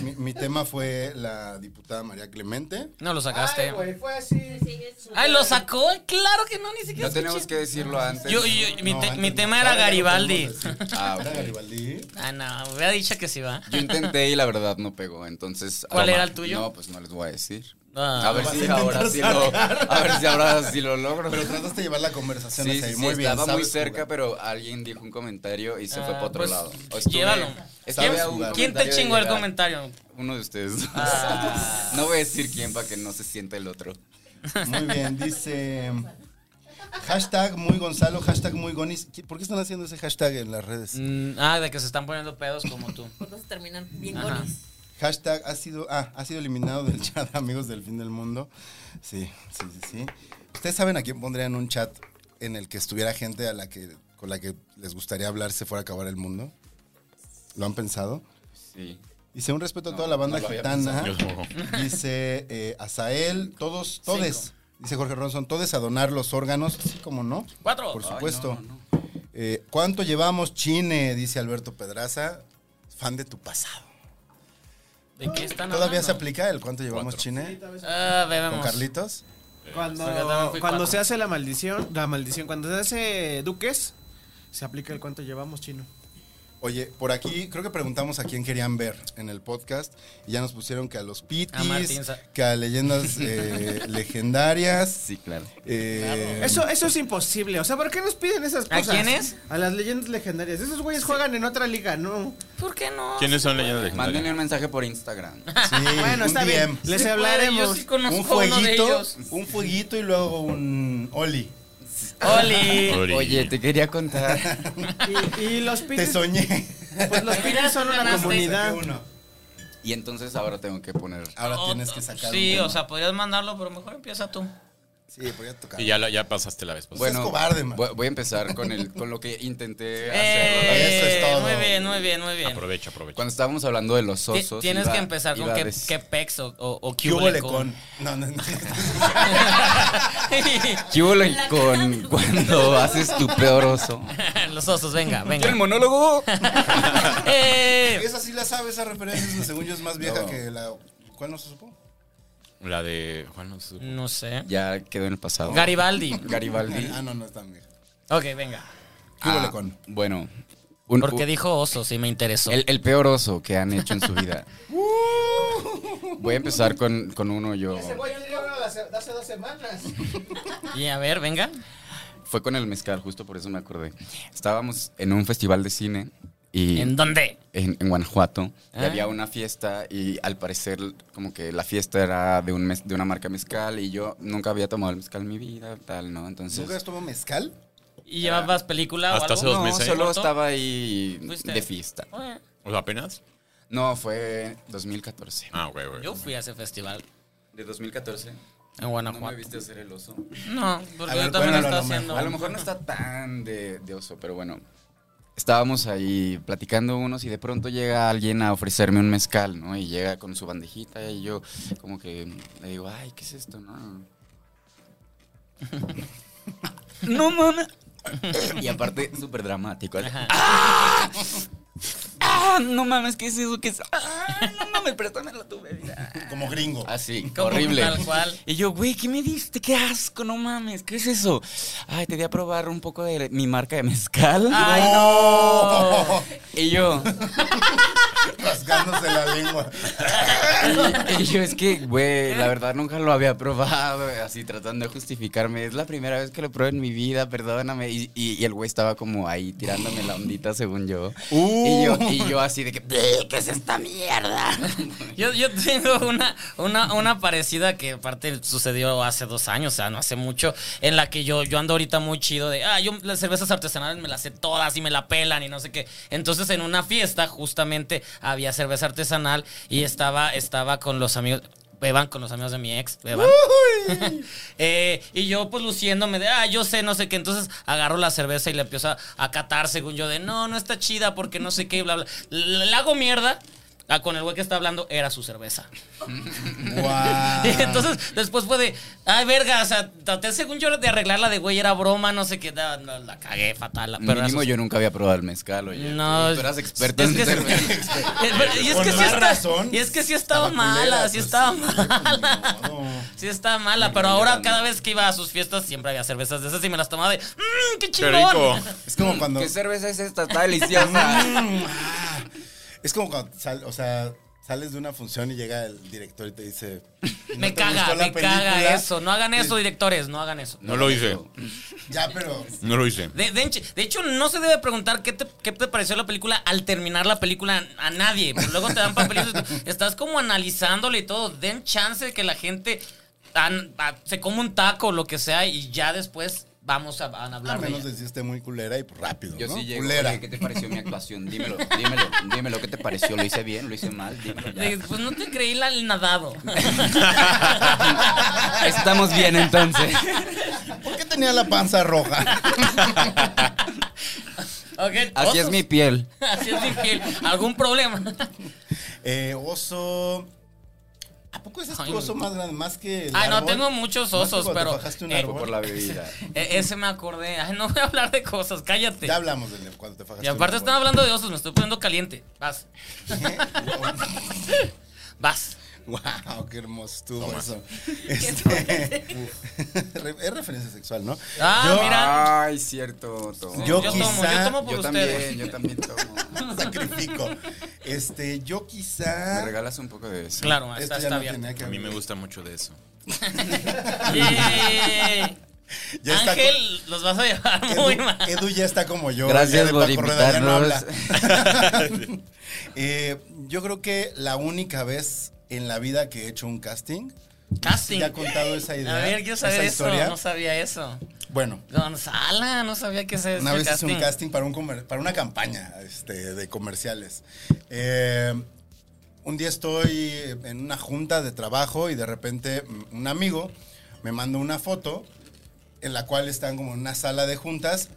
D: Mi, mi tema fue la diputada María Clemente.
A: No lo sacaste.
G: Ay, güey, fue así.
A: Ay, lo sacó. Claro que no, ni siquiera
F: No tenemos
A: escuché.
F: que decirlo antes.
A: Yo, yo- mi,
D: No,
A: te-
D: antes
A: mi
D: no.
A: tema era
D: Ahora ya lo
A: Garibaldi.
D: podemos decir.
F: Ah,
D: Era
F: ok.
D: Garibaldi.
A: Ah, no, hubiera dicho que sí va.
F: Yo intenté y la verdad no pegó, entonces...
A: ¿Cuál
F: toma.
A: era el tuyo?
F: No, pues no les voy a decir.
A: Ah.
F: A ver
D: Vas a
F: si
D: intentar
F: ahora sí lo, a ver si ahora sí lo logro.
D: Pero trataste de llevar la conversación
F: Sí,
D: hacia
F: sí,
D: ahí.
F: sí,
D: Muy bien.
F: estaba muy
D: sabes
F: cerca,
D: jugar.
F: pero alguien dijo un comentario y se
A: Ah,
F: fue para otro
A: pues,
F: lado. O
A: llévalo.
F: estuve
A: ¿Quién,
F: a un
A: quién te
F: comentario de
A: chingó el
F: llegar.
A: comentario?
F: Uno de ustedes. dos.
A: Ah.
F: No voy a decir quién para que no se sienta el otro.
D: Muy bien, dice. Hashtag muy Gonzalo, hashtag muy Gonis. ¿Qui- ¿Por qué están haciendo ese hashtag en las redes?
A: Mm, ah, de que se están poniendo pedos como tú.
C: Porque se terminan bien
A: Ajá.
C: gonis.
D: Hashtag ha sido, ah, ha sido eliminado del chat, amigos del fin del mundo. Sí, sí, sí, sí. Ustedes saben a quién pondrían un chat en el que estuviera gente a la que, con la que les gustaría hablar si fuera a acabar el mundo. ¿Lo han pensado?
F: Sí.
D: Dice un respeto a toda
F: No,
D: la banda
F: no lo había
D: gitana.
E: Yo tampoco.
D: Dice eh, Azael, todos, todes. Dice Jorge Ronson, todes a donar los órganos, así como no.
A: Cuatro.
D: Por supuesto. Eh, ¿Cuánto llevamos chine? Dice Alberto Pedraza, fan de tu pasado.
A: ¿De qué están
D: ¿Todavía se
A: hablando?
D: aplica el cuánto llevamos
E: Cuatro.
D: chine?
A: Ah,
D: ¿Con
A: bebemos.
D: Carlitos?
A: Porque yo también fui
B: Cuando, cuando
A: cuatro.
B: se hace la maldición, la maldición, cuando se hace duques, se aplica el cuánto llevamos chino.
D: Oye, por aquí creo que preguntamos a quién querían ver en el podcast y ya nos pusieron que a los
A: A Martín
D: pitis,
A: Sa-
D: que a leyendas eh, legendarias.
F: Sí, claro.
D: eh,
B: Eso, eso es imposible. O sea, ¿por qué nos piden esas
A: ¿A
B: cosas?
A: quiénes?
B: A las leyendas legendarias. Esos güeyes juegan en otra liga, ¿no?
A: ¿Por qué no?
E: ¿Quiénes son leyendas legendarias?
F: Mándenle un mensaje por Instagram.
D: sí,
B: Bueno,
D: un
B: está
D: DM.
B: bien. Les
A: Sí,
B: hablaremos.
A: Yo sí conozco
D: Un
A: a uno de
D: fueguito,
A: ellos.
D: un fueguito y luego un Oli.
A: Oli.
E: Ori.
F: Oye, te quería contar.
B: Y, y los
D: Te
B: pitis,
D: soñé.
B: pues los pitis son una
A: Ganaste.
B: comunidad.
D: Uno.
F: Y entonces ahora tengo que poner.
D: Ahora
A: O-
D: tienes que sacar. un
A: Sí,
D: tema.
A: o sea, podrías mandarlo, pero mejor empieza tú.
D: Sí, voy a tocar.
E: Y ya, la- ya pasaste la vez. pasada.
F: Bueno,
D: cobarde, man.
F: voy voy a empezar con el con lo que intenté hacerlo. la vez
A: Eh,
D: Eso es todo.
A: Muy bien, muy bien, muy bien.
E: aprovecha, aprovecha.
F: Cuando estábamos hablando de los
A: Ti-
F: osos.
A: Tienes
F: iba-
A: que empezar con
F: iba a
A: qué,
F: decir-
A: qué pex o, o, o qué
D: ¿Qué
A: huele
D: hubo
A: con.
D: con? No, no, no.
F: ¿Qué hubo con cuando haces tu peor oso?
A: Los osos, venga, venga.
F: ¿El monólogo?
A: Eh,
D: Esa sí la sabe, esa referencia es, según yo es más vieja
F: No.
D: que la. ¿Cuál no se supo?
E: La de. ¿Cuál no sé?
A: no sé.
F: Ya quedó en el pasado.
A: Garibaldi.
F: Garibaldi.
D: Ah, no, no es tan vieja.
A: Ok, venga.
D: ¿Qué hubo
F: Ah,
D: con?
F: Bueno. un-
A: Porque
F: un-
A: dijo osos y me interesó.
F: el, el peor oso que han hecho en su vida.
D: Uh.
F: Voy a empezar con, con uno yo.
G: Ese güey yo ya veo de hace, de hace dos semanas.
A: Y a ver, venga.
F: Fue con el mezcal, justo por eso me acordé. Estábamos en un festival de cine y...
A: ¿En dónde?
F: en, en Guanajuato y
A: Ah.
F: había una fiesta y al parecer como que la fiesta era de, un mez- de una marca mezcal y yo nunca había tomado el mezcal en mi vida, tal, ¿no? Entonces...
D: ¿Nunca tomó mezcal?
A: ¿Y llevabas película o
E: Hasta hace
A: algo?
E: dos
F: No,
E: meses.
F: solo
A: ¿Corto?
F: estaba ahí
A: ¿Fuiste?
F: de fiesta.
A: Bueno,
E: ¿O sea, apenas?
F: No, fue 2014.
E: Ah, güey, güey.
A: Yo fui a ese festival
F: ¿De 2014?
A: en Guanajuato.
F: viste hacer el oso?
A: No, porque
D: A ver,
A: yo también
D: bueno,
A: lo
D: a
A: estaba
D: lo
A: haciendo.
F: A lo mejor no está tan de, de oso, pero bueno. Estábamos ahí platicando unos y de pronto llega alguien a ofrecerme un mezcal, ¿no? Y llega con su bandejita y yo como que le digo, ay, ¿qué es esto? No,
A: No mames.
F: Y aparte, súper dramático. ¡Ah! ¡Ah! No mames, ¿qué es eso? ¿Qué es? ¡Ah! No mames, préstamela tu bebida.
D: Como gringo.
F: Así,
A: Como
F: horrible.
A: tal cual.
F: Y yo, güey, ¿qué me diste? ¡Qué asco! No mames, ¿qué es eso? Ay, te di a probar un poco de mi marca de mezcal.
A: Ay,
D: ¡Oh!
F: Y yo,
D: Rasgándose la lengua.
F: y, y yo, es que, güey, la verdad nunca lo había probado, eh, así tratando de justificarme. Es la primera vez que lo pruebo en mi vida, perdóname. Y, y- y el güey estaba como ahí tirándome la ondita, según yo. Y yo, y
A: Uh.
F: yo así de que, "Bleh, ¿qué es esta mierda?
A: Yo, yo tengo una, una, una parecida que aparte sucedió hace dos años, o sea, no hace mucho, en la que yo, yo ando ahorita muy chido de, ah, yo las cervezas artesanales me las sé todas y me la pelan y no sé qué. Entonces en una fiesta justamente había cerveza artesanal y estaba, estaba con los amigos. Beban con los amigos de mi ex, beban. Eh, y yo pues luciéndome de, ah, yo sé, no sé qué. Entonces agarro la cerveza y la empiezo a, a catar según yo de, no, no está chida porque no sé qué, bla, bla. Le, le hago mierda. Ah, con el güey que está hablando era su cerveza.
D: Guau.
A: Y entonces después fue de, ay, verga, o sea, traté según yo de arreglarla de güey, era broma, no sé qué, no, no, la cagué fatal. la- Pero era
F: Mínimo
A: su-
F: yo nunca había probado el mezcal, oye.
A: No,
F: tú, tú eras experto
A: es
F: en
A: que-
F: cerveza.
A: Eh, pero- Y es
D: Con
A: que sí
D: más
A: está-
D: razón,
A: y es que sí estaba
D: estaba culera,
A: mala, sí
D: pues,
A: estaba
D: sí,
A: mala.
D: ni modo.
A: Sí estaba mala, pero ahora cada vez que iba a sus fiestas siempre había cervezas de esas y me las tomaba de, mmm, qué
E: Qué
A: chingón.
E: rico.
D: Es como cuando.
F: ¿Qué cerveza es esta? Está deliciosa.
D: Mm, ah. Es como cuando sal- o sea, sales de una función y llega el director y te dice. "¿No
A: Me
D: te gustó
A: caga,
D: la
A: me
D: película?"
A: caga eso. No hagan eso, directores, no hagan eso.
E: No lo hice.
D: Ya, pero.
E: No lo hice.
A: De, de enche- de hecho, no se debe preguntar qué te, qué te pareció la película al terminar la película a nadie. Pues luego te dan papelitos. y tú Estás como analizándole y todo. Den chance de que la gente an- a- se coma un taco o lo que sea y ya después vamos a, a
D: A
A: hablar de
D: menos
A: ella.
D: de si esté muy culera y pues, rápido.
F: Yo
D: ¿no?
F: sí llego.
D: culera.
F: Oye, ¿qué te pareció mi actuación? Dímelo, dímelo, dímelo. ¿Qué te pareció? ¿Lo hice bien? ¿Lo hice mal? Dímelo ya.
A: De- Pues no te creí la- el nadado.
F: Estamos bien ¿eh? entonces.
D: ¿Por qué tenía la panza roja?
A: Ok,
F: Así es
A: osos.
F: mi piel.
A: Así es mi piel. ¿Algún problema?
D: Eh, oso. ¿A poco ese es
A: Ay,
D: tu oso más grande? Más que. el
A: Ay, Ah, no,
D: árbol?
A: tengo muchos
D: Más que
A: osos,
D: cuando te
A: pero,
D: fajaste un
A: eh,
D: árbol.
F: Por la bebida.
A: E- ese me acordé. Ay, no voy a hablar de cosas. Cállate.
D: Ya hablamos del de cuando te fajaste
A: Y aparte
D: un
A: están
D: árbol.
A: hablando de osos. Me estoy poniendo caliente. Vas. Vas.
D: Wow, qué hermoso estuvo eso. Este, Re- es referencia sexual, ¿no?
A: Ah, mira.
F: Ay, cierto. tomo.
D: Yo
A: Yo tomo, yo
D: quizá-
A: tomo por
F: Yo
A: ustedes.
F: también, yo también tomo.
D: Sacrifico. Este, yo
F: ¿Me
D: quizá.
F: regalas un poco de eso?
A: Claro,
D: Esto
A: está,
D: ya
A: está
D: no
A: bien.
D: tenía que
E: A mí
D: ver.
E: me gusta mucho de eso.
A: Yay.
D: Ya está
A: Ángel, los vas a llevar
D: Edu,
A: muy mal.
D: Edu ya está como yo.
F: Gracias
D: ya de
F: por
D: Paco Rueda ya no
F: invitarnos.
D: habla. Eh, yo creo que la única vez en la vida que he hecho un casting,
A: Casting.
D: ya he contado esa idea.
A: A ver, quiero
D: esa
A: saber eso.
D: historia.
A: No sabía eso.
D: Bueno,
A: Gonzala, no sabía que se
D: una vez hice un casting para, un comer- para una campaña este, de comerciales. Eh, un día estoy en una junta de trabajo y de repente mm, un amigo me manda una foto en la cual están como en una sala de juntas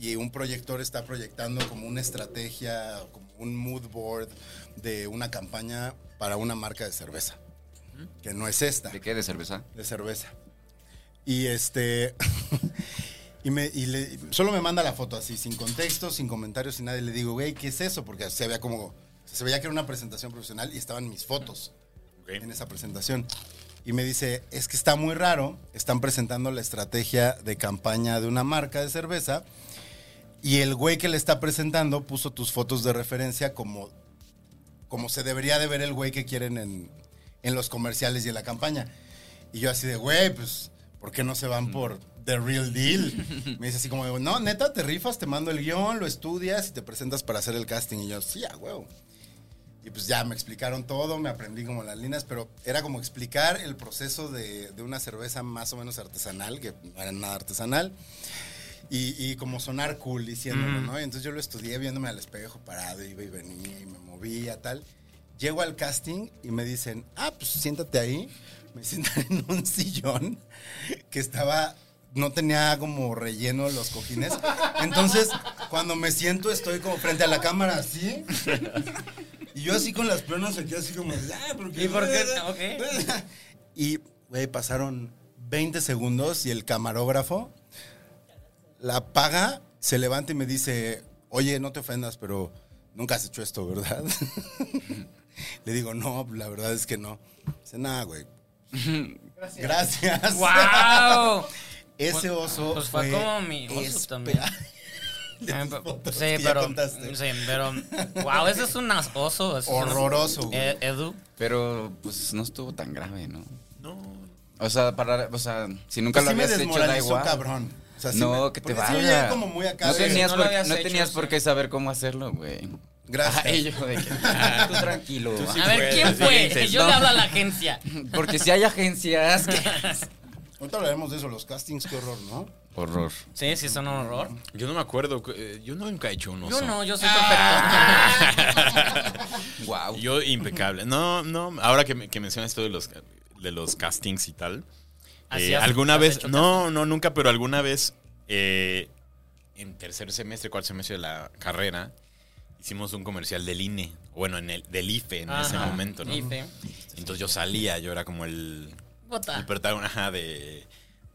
D: y un proyector está proyectando como una estrategia, como un mood board de una campaña para una marca de cerveza, que no es esta
F: ¿De qué? ¿De cerveza?
D: de cerveza. Y este. y me, y le- solo me manda la foto así, sin contexto, sin comentarios, sin nada. Y le digo, güey, ¿qué es eso? Porque se veía como. Se veía que era una presentación profesional y estaban mis fotos
E: Ok.
D: en esa presentación. Y me dice, es que está muy raro. Están presentando la estrategia de campaña de una marca de cerveza. Y el güey que le está presentando puso tus fotos de referencia como, como se debería de ver el güey que quieren en, en los comerciales y en la campaña. Y yo así de, güey, pues, ¿por qué no se van por The Real Deal? Me dice así como, no, neta, te rifas, te mando el guión, lo estudias y te presentas para hacer el casting. Y yo, sí, a huevo. Y pues ya me explicaron todo, me aprendí como las líneas, pero era como explicar el proceso de, de una cerveza más o menos artesanal, que no era nada artesanal, y, y como sonar cool diciéndolo, ¿no? Y entonces yo lo estudié viéndome al espejo parado, iba y venía y me movía, tal. Llego al casting y me dicen, ah, pues siéntate ahí. Me sientan en un sillón que estaba, no tenía como relleno los cojines. Entonces, cuando me siento, estoy como frente a la cámara así. Y yo así con las piernas aquí, así como, ah, ¿por qué?
A: ¿Y por qué?
D: Y, güey, pasaron 20 segundos y el camarógrafo la apaga, se levanta y me dice, oye, no te ofendas, pero nunca has hecho esto, ¿verdad? Le digo, no, la verdad es que no. Dice, nada, güey. Gracias.
A: ¡Wow!
D: Ese oso.
A: Pues fue como mi oso
D: espe-
A: también.
D: de
A: Eh,
D: tus
A: pe-
D: fotos
A: Sí,
D: que ya
A: pero, mm,
D: contaste.
A: sí, pero, wow, ese es un as- oso. ese es un-
D: Horroroso, güey.
A: Eh, Edu,
F: Pero pues no estuvo tan grave, ¿no?
E: No.
F: O sea, para, o sea, si nunca
D: Pues
F: lo
D: sí me
F: habías hecho, da
D: desmoralizó,
F: igual.
D: cabrón. O sea, sí
F: no,
D: me-
F: que te
D: porque sí
F: vaya.
D: me llega como muy acá
F: no
D: de-
F: tenías,
A: No lo
F: por,
A: habías
F: no
A: hecho,
F: tenías por
A: sí.
F: qué saber cómo hacerlo, güey.
D: Gracias.
F: Ah, y yo de que, ah, tú tranquilo.
E: Tú sí
A: a ver,
E: puedes,
A: ¿quién
E: sí,
A: fue?
E: dices,
A: Yo
F: no.
A: le hablo a la agencia.
F: Porque si hay agencias que...
D: Ahorita hablaremos de eso, los castings, qué horror, ¿no?
F: Horror.
A: Sí, sí, son un horror.
E: Yo no me acuerdo. eh, Yo nunca he hecho un oso.
A: Yo no, yo soy
F: Ah.
A: perfecto.
F: Wow.
E: Yo impecable. No, no. Ahora que, me- que mencionas esto de los, de los castings y tal.
A: Así
E: eh,
A: has-
E: alguna
A: has
E: vez.
A: hecho
E: No, no, nunca, pero alguna vez. eh, en tercer semestre, cuarto semestre de la carrera. Hicimos un comercial del INE. Bueno, en el, del IFE en ese
A: Ajá, E.
E: momento, ¿no?
A: Ife.
E: Entonces yo salía, yo era como el,
A: Bota.
E: el protagonista de.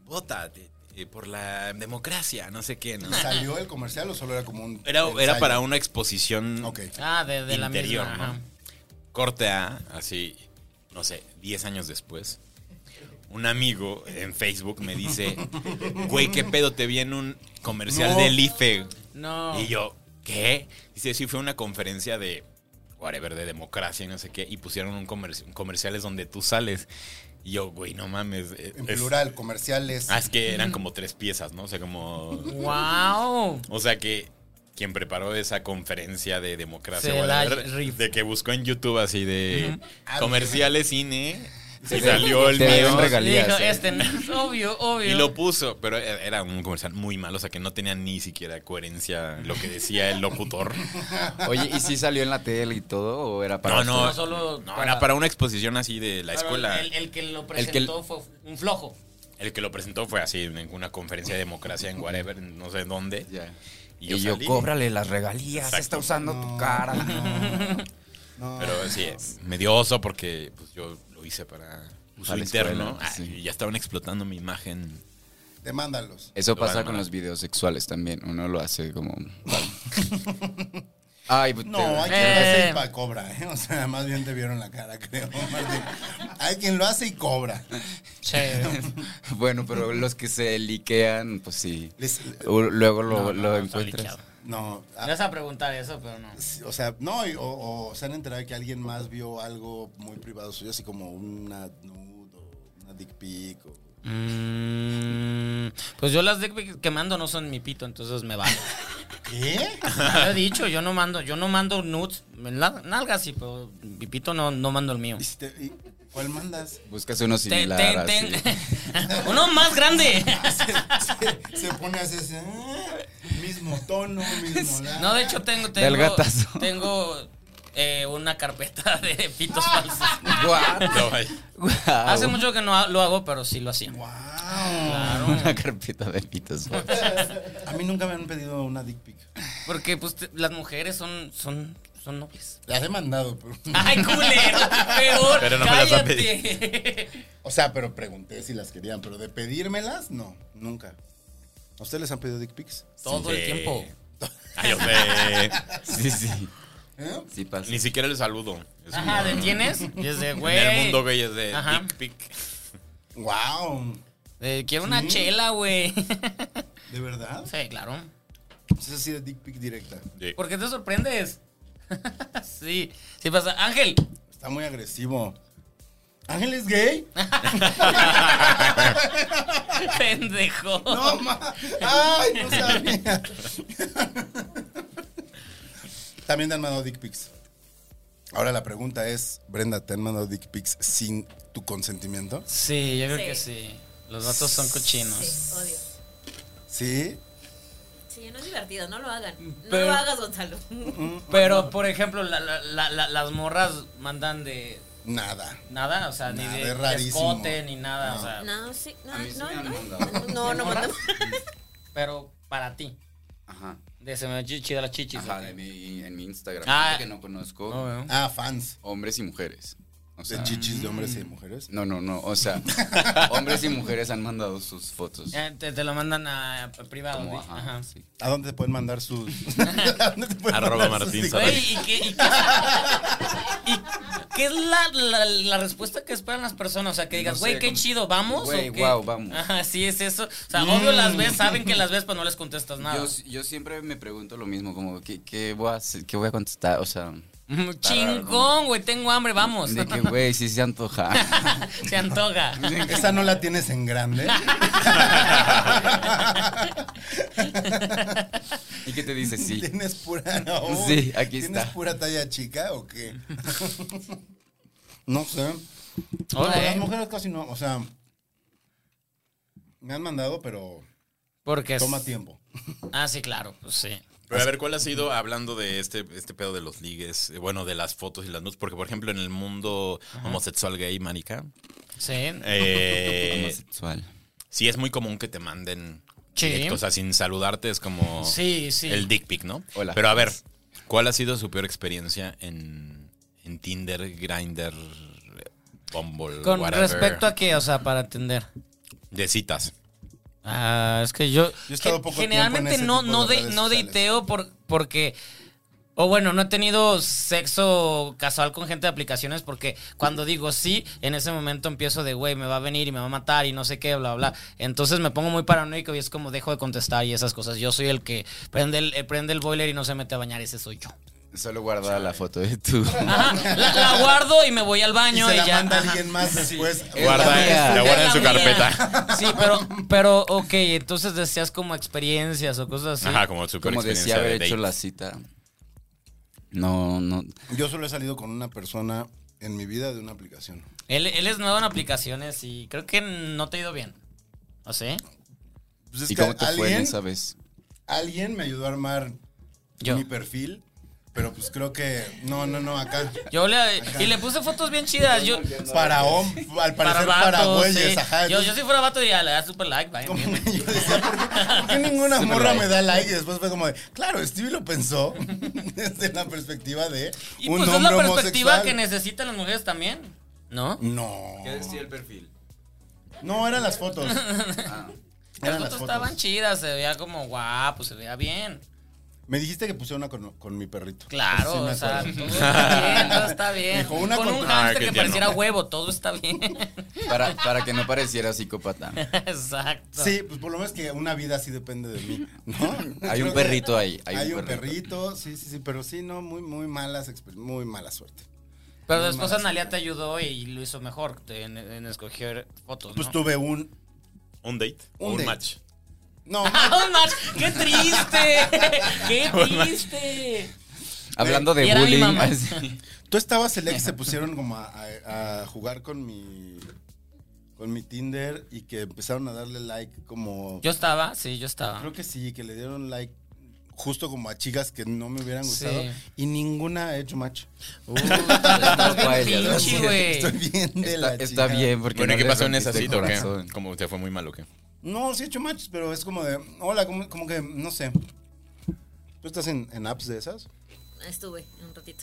E: Vota de- eh, por la democracia, no sé qué, ¿no?
D: ¿Salió el comercial o solo era como un.
E: Era, era
D: ensayo?
E: para una exposición
D: Ok.
A: Ah, de, de la
E: interior,
A: misma.
E: ¿no?
A: ajá.
E: Corte A, así, no sé, 10 años después, un amigo en Facebook me dice, güey, ¿qué pedo te vi en un comercial
D: No.
E: del IFE?
A: No.
E: Y yo, ¿qué? Dice, sí, fue una conferencia de, whatever, de democracia y no sé qué, y pusieron un comerci- comerciales donde tú sales. Y yo, güey, no mames. eh,
D: En
E: es-
D: plural, comerciales.
E: Ah, es que eran como tres piezas, ¿no? O sea, como...
A: Wow.
E: O sea que quien preparó esa conferencia de democracia,
A: Se la
E: whatever,
A: rifó.
E: de que buscó en YouTube así de
D: Ah,
E: comerciales cine, se
F: Te
E: salió el
F: te deben
E: mío
F: regalías.
A: Dijo,
F: eh.
A: este, no, es obvio, obvio.
E: y lo puso, pero e- era un comercial muy malo, o sea que no tenía ni siquiera coherencia lo que decía el locutor.
F: Oye, ¿y si salió en la tele y todo o era
E: No,
F: para
E: no,
A: No, solo
E: no,
A: para-
E: era para una exposición así de la
A: Pero
E: escuela.
A: El, el que lo
F: El que el-
A: presentó fue un flojo.
E: El que lo presentó fue así en una conferencia de democracia en whatever, no sé dónde.
F: Ya.
E: Y yo, salí.
F: cóbrale las regalías,
E: Exacto.
F: está usando tu cara.
D: No.
E: Pero sí, me dio oso porque pues, yo lo hice para uso
F: Para la
E: interno.
F: escuela,
E: Ah,
F: sí.
E: y Ya estaban explotando mi imagen.
D: Demándalos.
F: Eso
E: Lo van a
F: pasa con
E: mandar.
F: los videos sexuales también, uno lo hace como... Ay, pues,
D: No,
F: te-
D: hay quien
A: Eh.
D: lo hace y pa- cobra, ¿eh? O sea, más bien te vieron la cara, creo, Martín. Hay quien lo hace y cobra.
F: Bueno, pero los que se liquean, pues sí.
D: Les-
F: U- Luego lo,
A: No, no,
F: lo
A: no, está
F: encuentras.
A: liqueado.
D: no,
A: Me
D: ah,
A: vas a preguntar eso, pero no.
D: sí, o sea, no, y- o, o se han enterado que alguien más vio algo muy privado suyo, así como una nude o una dick pic. o-
A: Mm, pues yo las dick pics que mando no son mi pito, entonces me vale.
D: ¿Qué?
A: Ya lo he dicho, yo no mando, yo no mando nudes, la- nalgas sí, pero mi pito no, no mando el mío.
D: ¿Y si te- y- ¿Cuál mandas?
F: Buscas uno
A: Ten,
F: similar
A: ten,
F: así.
A: ten. Uno más grande.
D: se, se pone así, así, ah, mismo tono, mismo lado.
A: No, de hecho tengo,
F: Del
A: tengo,
F: gatazo.
A: tengo eh, una carpeta de pitos falsos.
F: Guau,
E: No, ay,
F: guau.
A: Hace mucho que no ha- lo hago, pero sí lo hacía.
D: Wow.
F: Una carpeta de pitos. güey.
D: A mí nunca me han pedido una dick pic.
A: Porque pues te- las mujeres son, son, son nobles.
D: Las he mandado, pero.
A: Ay, culero, peor.
E: Pero no me las han
A: cállate.
D: O sea, pero pregunté si las querían, pero de pedírmelas, no, nunca. ¿A ustedes les han pedido dick pics?
A: Todo el
E: sí.
A: tiempo.
E: Ay, yo sé.
F: Sí, sí.
D: ¿Eh?
F: Sí pasa.
E: Ni siquiera el saludo. Es
A: Ajá,
E: un-
A: ¿de tienes? Y es de, güey.
E: En el mundo gay es de
A: Ajá.
E: pic, pic.
D: ¡Wow!
A: eh, quiero una chela, güey.
D: ¿De verdad? Pues
A: sí, claro.
D: Es así de dick pic directa.
E: Sí.
A: ¿Por qué te sorprendes? sí, sí pasa. Ángel.
D: Está muy agresivo. ¿Ángel es gay?
A: Pendejo.
D: ¡No, ma! ¡Ay, no sabía! También te han mandado dick pics. Ahora la pregunta es, Brenda, ¿te han mandado dick pics sin tu consentimiento?
A: Sí, yo creo
C: Sí.
A: que sí. Los vatos son cochinos.
C: Sí, odio.
D: ¿Sí?
C: Sí, no es divertido, no lo hagan. No
A: Pero- Mm.
C: lo hagas, Gonzalo.
A: Pero, por ejemplo, la- la- la- la- las morras mandan de
D: Nada.
A: nada, o sea,
D: Nada,
A: ni
D: es
A: de
D: rarísimo.
A: escote, ni nada,
D: No.
A: o sea.
C: No, sí, no,
F: A mí sí
C: no,
F: me han
C: no,
F: mandado.
C: no, no,
A: ¿Morras?
C: no.
A: Pero para ti.
F: Ajá.
A: De se me ven chidas las chichis.
F: Ajá,
A: ¿ok?
F: de mi- en mi Instagram.
A: Ah.
F: gente que no conozco.
A: No, veo.
D: Ah, fans.
F: Hombres y mujeres. O
D: De
F: sea, mm.
D: chichis de hombres y de mujeres.
F: no, no, no. O sea, hombres y mujeres han mandado sus fotos.
A: Eh, te, te lo mandan a, a privado.
F: Como,
A: dice.
F: ajá,
A: Ajá.
F: sí.
D: ¿A dónde te pueden mandar sus... ¿A dónde te pueden
E: Arroba
D: mandar sus
E: Martín
D: dick
E: Zavala.
A: Güey, ¿y qué, y qué- ¿Qué es la, la, la respuesta que esperan las personas? O sea, que digas,
F: sé,
A: güey, qué
F: como-
A: chido, ¿vamos?
F: Güey,
A: o qué?
F: guau, vamos.
A: Ajá, sí, es eso. O sea, obvio las ves, saben que las ves, pero no les contestas nada.
F: Yo, yo siempre me pregunto lo mismo, como, ¿qué, qué voy, a hacer? ¿qué voy a contestar? O sea,
A: Mm, Chingón, güey, tengo hambre, vamos.
F: de que, güey, si se antoja.
A: Se antoja.
D: Esa no la tienes en grande.
F: ¿Y qué te dice? Sí.
D: ¿Tienes pura. no,
F: Sí, aquí
D: ¿Tienes
F: está.
D: pura talla chica o qué? no sé.
A: Hola,
D: Las
A: eh.
D: mujeres casi no. O sea. Me han mandado, pero
A: Porque es-
D: toma tiempo.
A: Ah, sí, claro, pues sí.
E: Pero a ver, ¿cuál ha sido, hablando de este, este pedo de los ligues, eh, bueno, de las fotos y las nudes? Porque, por ejemplo, en el mundo homosexual gay, marica,
A: Sí.
E: eh,
F: Homosexual.
E: sí es muy común que te manden
A: Sí.
E: directo, o sea, sin saludarte es como
A: Sí, sí.
E: el dick pic, ¿no?
F: Hola.
E: Pero a ver, ¿cuál ha sido su peor experiencia en, en Tinder, Grindr, Bumble,
A: Con
E: whatever?
A: respecto a qué, o sea, para atender.
E: De citas.
A: Ah, es que yo.
D: Yo he estado poco tiempo en
A: generalmente
D: ese
A: no,
D: tipo
A: no,
D: de
A: de-
D: redes
A: no
D: sociales.
A: dateo por, porque. O bueno, no he tenido sexo casual con gente de aplicaciones porque cuando digo sí, en ese momento empiezo de, güey, me va a venir y me va a matar y no sé qué, bla, bla. Entonces me pongo muy paranoico y es como dejo de contestar y esas cosas. Yo soy el que prende el, eh, prende el boiler y no se mete a bañar, ese soy yo.
F: Solo guarda la foto de tú.
A: Ajá, la, la guardo y me voy al
D: Y
A: baño y,
D: se la
A: ya.
D: manda
A: ajá.
D: alguien más después.
F: Es
E: guarda,
F: la mía.
E: la guarda en
C: Es
E: su
C: la mía.
E: carpeta.
A: Sí, pero, pero, ok, entonces deseas como experiencias o cosas así.
E: Ajá, como su peor
F: Como decía
E: experiencia de
F: haber hecho
E: date.
F: la cita. No, no.
D: Yo solo he salido con una persona en mi vida de una aplicación.
A: Él, él es nuevo en aplicaciones y creo que no te ha ido bien. ¿O sí?
D: Pues es
F: ¿Y
D: que
F: cómo te fue en
D: alguien-
F: esa vez?
D: alguien me ayudó a armar
A: Yo.
D: mi perfil, pero pues creo que no, no, no, acá.
A: Yo le, y le puse fotos bien chidas. Yo,
D: Para hom, al parecer para,
A: vatos,
D: güeyes,
A: sí.
D: ajá.
A: Yo, yo
D: entonces,
A: si fuera vato diría, le da super like, va,
D: como
A: bien.
D: que yo decía, ¿por qué, por qué ninguna
F: Super
D: morra
F: like.
D: me da like? Y después fue como de, claro, Stevie lo pensó desde la perspectiva de
A: Y
D: un
A: pues es la
D: hombre
A: perspectiva
D: homosexual.
A: que necesitan las mujeres también, ¿no?
D: No,
F: el perfil?
D: no, eran las fotos.
A: Ah. Las
D: Eran
A: fotos,
D: las
A: estaban
D: fotos.
A: chidas, se veía como guapo, se veía bien.
D: Me dijiste que puse una con, con mi perrito.
A: Claro,
D: Sí me
A: o sea,
D: acuerdo.
A: todo está bien, todo está bien.
D: Dijo, una
A: Con
D: con-
A: un
E: Ah,
A: hámster
E: qué
A: que
E: tierno.
A: pareciera huevo, todo está bien.
F: Para, para que no pareciera psicópata.
A: Exacto.
D: Sí, pues por lo menos que una vida así depende de mí, ¿no?
F: Hay un
D: Creo que
F: perrito ahí.
D: Hay, un, perrito. sí, sí, sí, pero sí, no, muy, muy malas, exper- muy mala suerte.
A: Pero
D: Muy
A: después
D: mala
A: Analia te
D: suerte.
A: ayudó y lo hizo mejor te- en, en escoger fotos.
D: Pues
A: ¿no?
D: tuve un,
E: Un date. o
D: Un
E: Un
D: date.
E: match.
D: no,
A: ¡Ah, un match! ¡Qué triste! ¡Qué triste!
F: Hablando de
A: Y era mi
F: bullying.
A: mamá.
F: así.
D: tú estabas el ex, se pusieron como a, a- a jugar con mi, con mi Tinder y que empezaron a darle like como,
A: Yo estaba, sí, yo estaba.
D: creo que sí, que le dieron like justo como a chicas que no me hubieran gustado
A: Sí.
D: y ninguna ha hecho match.
A: Estás bien
F: Vaya,
A: pinche, güey.
D: Estoy bien de la
F: Está, está
D: chingada.
F: bien, porque.
E: Bueno, ¿y
F: no
E: qué
F: le
E: pasó en esa
F: rompiste el
E: cita o qué?
F: corazón.
E: Como te fue muy mal o qué?
D: No, sí he hecho matches, pero es como de, hola, como, como que, no sé. ¿Tú estás en, en apps de esas?
C: Estuve un ratito.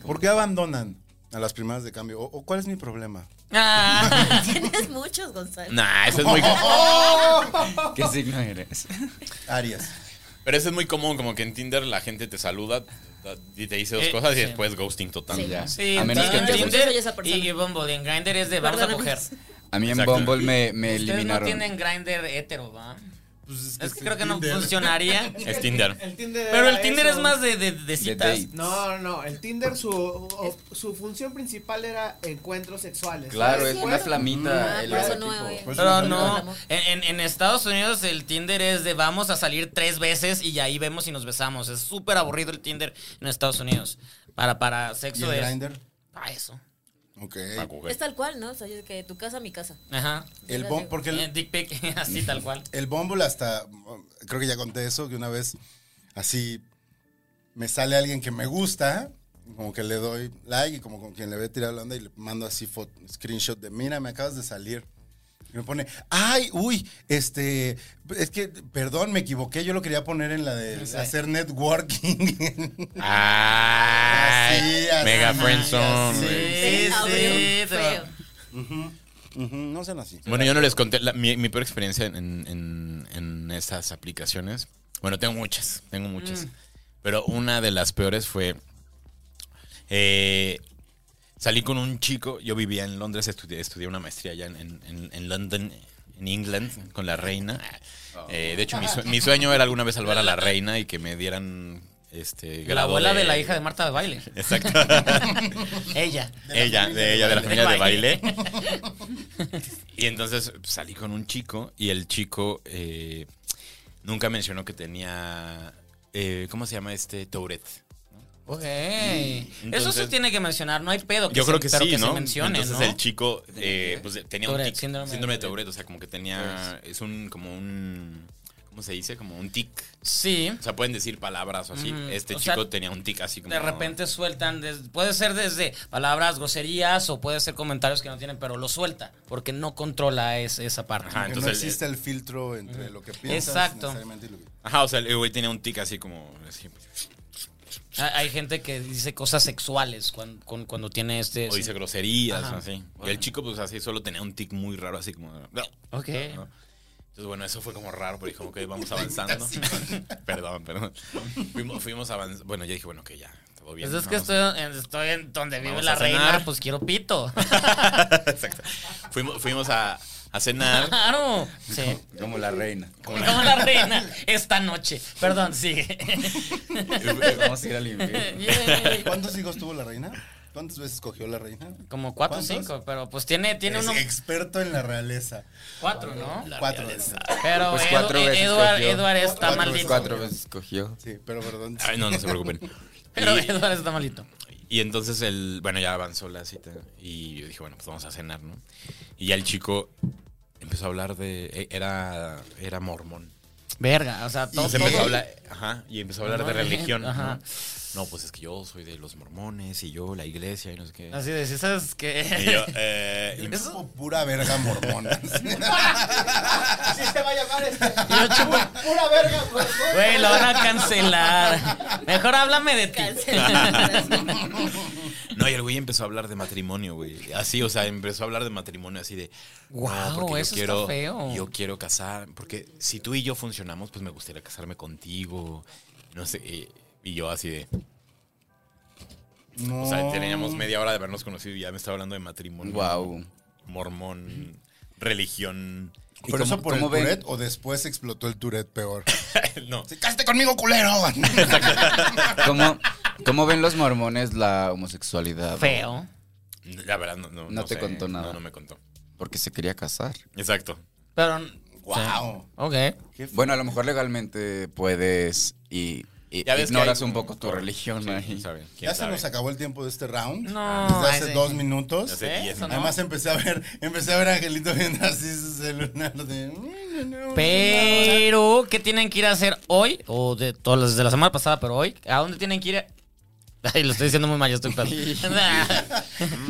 D: ¿Por qué abandonan a las primeras de cambio? ¿O, o cuál es mi problema?
A: Ah,
C: Tienes muchos, Gonzalo.
E: Nah, eso es muy.
F: ¿Qué signo eres?
D: Arias.
E: Pero eso es muy común, como que en Tinder la gente te saluda da- y te dice dos
A: Eh,
E: cosas
A: sí.
E: y después ghosting total.
C: Sí.
F: Ya.
A: sí,
F: a menos que
A: en
F: en
C: entonces-
F: Tinder.
C: Yo soy esa
A: Grindr
C: persona.
A: y Bumble. En Grindr es de vamos a
C: Perdóname.
A: coger.
F: A mí en
E: Exacto.
F: Bumble me, me
A: Ustedes no
F: eliminaron.
A: tienen Grindr hetero, ¿va?
D: Pues
A: Es que, creo que no funcionaría.
E: Es Tinder.
G: El Tinder
A: Pero el
G: era
A: Tinder
G: eso.
A: es más de, de, de citas.
F: date.
G: No, no, el Tinder su, o- su función principal era encuentros sexuales.
F: Claro,
C: Sí,
F: es
C: sí,
F: una
C: sí.
F: flamita.
C: Ah,
F: el
C: por eso
F: logotipo.
C: no, eh.
D: Pues
A: Pero
D: sí,
A: no,
C: amor.
A: en, en- en Estados Unidos el Tinder es de vamos a salir tres veces y ahí vemos si nos besamos. Es súper aburrido el Tinder en Estados Unidos. Para, para
D: ¿Y
A: sexo
D: el
A: es...
D: Grindr?
A: Para eso.
D: Ok.
E: Para coger.
C: Es tal cual, ¿no? O sea, yo que tu casa, mi casa.
A: Ajá.
D: El bom- porque
A: Eh,
D: el,
A: Dick pic, así tal cual.
D: el Bumble hasta, creo que ya conté eso, que una vez así me sale alguien que me gusta, como que le doy like y como con quien le voy a tirar la onda y le mando así foto, screenshot de, mira, me acabas de salir. Y me pone, ay, uy, este, es que, perdón, me equivoqué, yo lo quería poner en la de
A: Sí.
D: hacer networking.
E: Ay,
D: Así, así,
E: mega
D: así,
E: friendzone.
D: así.
E: güey.
A: Sí, sí.
C: Abrió feo.
D: Ujú, No sean así.
E: Bueno, yo no les conté la- mi, mi peor experiencia en, en, en estas aplicaciones. Bueno, tengo muchas, tengo
A: Mm.
E: muchas. Pero una de las peores fue... eh, Salí con un chico, yo vivía en Londres, estudié, estudié una maestría allá en, en, en London, en England, con la reina.
A: Oh.
E: Eh, de hecho, mi, sue- mi sueño era alguna vez salvar a la reina y que me dieran este
A: La
E: grado
A: abuela de la hija de Marta de baile.
E: Exacto.
A: Ella.
E: ella, de ella, de la familia de
A: baile.
E: baile. Y entonces pues, salí con un chico y el chico eh, nunca mencionó que tenía, eh, ¿cómo se llama este? Tourette.
A: Ok. Eso
E: Entonces-
A: se tiene que mencionar, no hay pedo.
E: Yo
A: se-
E: creo que
A: pero
E: sí,
A: que
E: ¿no?
A: se mencione,
E: Entonces
A: ¿no?
E: el chico eh, pues, tenía un
A: Tourette,
E: tic,
A: síndrome
E: síndrome,
A: de
E: de Tourette, o sea, como que tenía, es un, como un, ¿cómo se dice? Como un tic.
A: Sí.
E: O sea, pueden decir palabras o así.
A: Ujú.
E: Este
A: O sea,
E: chico tenía un tic así como...
A: De repente sueltan, des- puede ser desde palabras groserías o puede ser comentarios que no tienen, pero lo suelta porque no controla es- esa parte.
E: Ajá,
D: Que
E: entonces,
D: no existe el filtro entre lo que piensas
A: Exacto.
D: necesariamente y lo que-
E: Ajá, o sea, el güey tenía un tic así como... así. pues,
A: Ha- Hay gente que dice cosas sexuales cuando, con- cuando tiene este...
E: o dice groserías
A: Ajá.
E: o así. Y el chico, pues así, solo tenía un tic muy raro, así como...
A: Ok.
E: ¿no? Entonces, bueno, eso fue como raro, pero dije, ok, vamos avanzando. perdón, perdón. Fuimos, avanzando. Bueno, yo dije, bueno, que ya, todo bien.
A: Pues es que
E: vamos-
A: estoy, en- estoy en donde vive
E: Vamos
A: la
E: a cenar.
A: reina, pues quiero pito.
E: Exacto. Fuimos, fuimos a, a cenar.
A: Claro. Sí.
F: Como la reina.
A: Como la reina esta noche. Perdón, sigue.
F: Vamos a ir al infierno.
A: Yay.
D: ¿Cuántos hijos tuvo la reina? ¿Cuántas veces cogió la reina?
A: Como cuatro o
D: ¿Cuántos?
A: cinco, pero pues tiene, tiene
D: Es
A: uno
D: experto en la realeza.
A: cuatro, ¿no?
D: Cuatro veces.
A: Pero
F: Pues
A: Edu- eh,
F: cuatro veces
A: Eduard,
F: cogió.
A: Eduard está
D: Cuatro
A: maldito.
F: Cuatro veces cogió.
D: Sí, pero perdón.
E: Ay, no, no se preocupen.
A: Pero
E: Y-
A: Eduard está malito.
E: Y entonces el, bueno, ya avanzó la cita y yo dije, bueno, pues vamos a cenar, ¿no? Y ya el chico empezó a hablar de, e- era, era mormón.
A: Verga, o sea, todo.
E: Entonces empezó a
A: todo-
E: hablar, ajá, y empezó a hablar de
A: Ajá.
E: religión.
A: Ajá.
E: ¿no? No, pues es que yo soy de los mormones y yo la iglesia y no sé qué.
A: Así de, si sabes
E: Y
A: que.
E: yo, eh, y-
D: Es pura verga mormona.
G: Así se va a llamar este.
A: Yo chupo.
G: Pura verga, pues, güey.
A: Güey, lo van a cancelar. Mejor háblame de ti.
E: no, y el güey empezó a hablar de matrimonio, güey. Así, o sea, empezó a hablar de matrimonio así de,
A: Guau,
E: porque yo
A: eso está
E: quiero,
A: feo.
E: Yo quiero casar, porque si tú y yo funcionamos, pues me gustaría casarme contigo. No sé, eh, y yo así de,
D: No.
E: O sea, teníamos media hora de habernos conocido y ya me estaba hablando de matrimonio.
F: Wow.
E: Mormón, religión.
F: ¿Y
D: ¿Pero
F: cómo-
D: eso por el
F: cómo ven?
D: Tourette o después explotó el Tourette peor?
E: no.
D: ¡Sí, ¡Cásate conmigo, culero!
F: ¿Cómo, cómo ven los mormones la homosexualidad?
A: Feo.
E: La verdad, no. No,
F: No te contó nada.
E: No, no me contó.
F: Porque se quería casar.
E: Exacto.
A: Pero.
D: ¡Wow!
A: Ok.
F: Bueno, a lo mejor legalmente puedes y, y
E: Ya ves que
F: ignoras
E: hay-
F: un poco tu religión
E: Sí,
F: ahí.
E: quién sabe,
D: Ya
E: quién
D: se
E: sabe.
D: nos acabó el tiempo de este round.
A: No,
D: Desde hace
A: ese-
D: dos minutos.
E: Ya sé,
A: ¿Eh?
E: y es-
A: Eso no.
D: Además empecé a ver, empecé a ver a Angelito viendo así su celular de...
A: Pero, ¿qué tienen que ir a hacer hoy? O de todas las de la semana pasada, pero hoy. ¿A dónde tienen que ir? a- Ay, lo estoy diciendo muy mal, yo estoy pedo.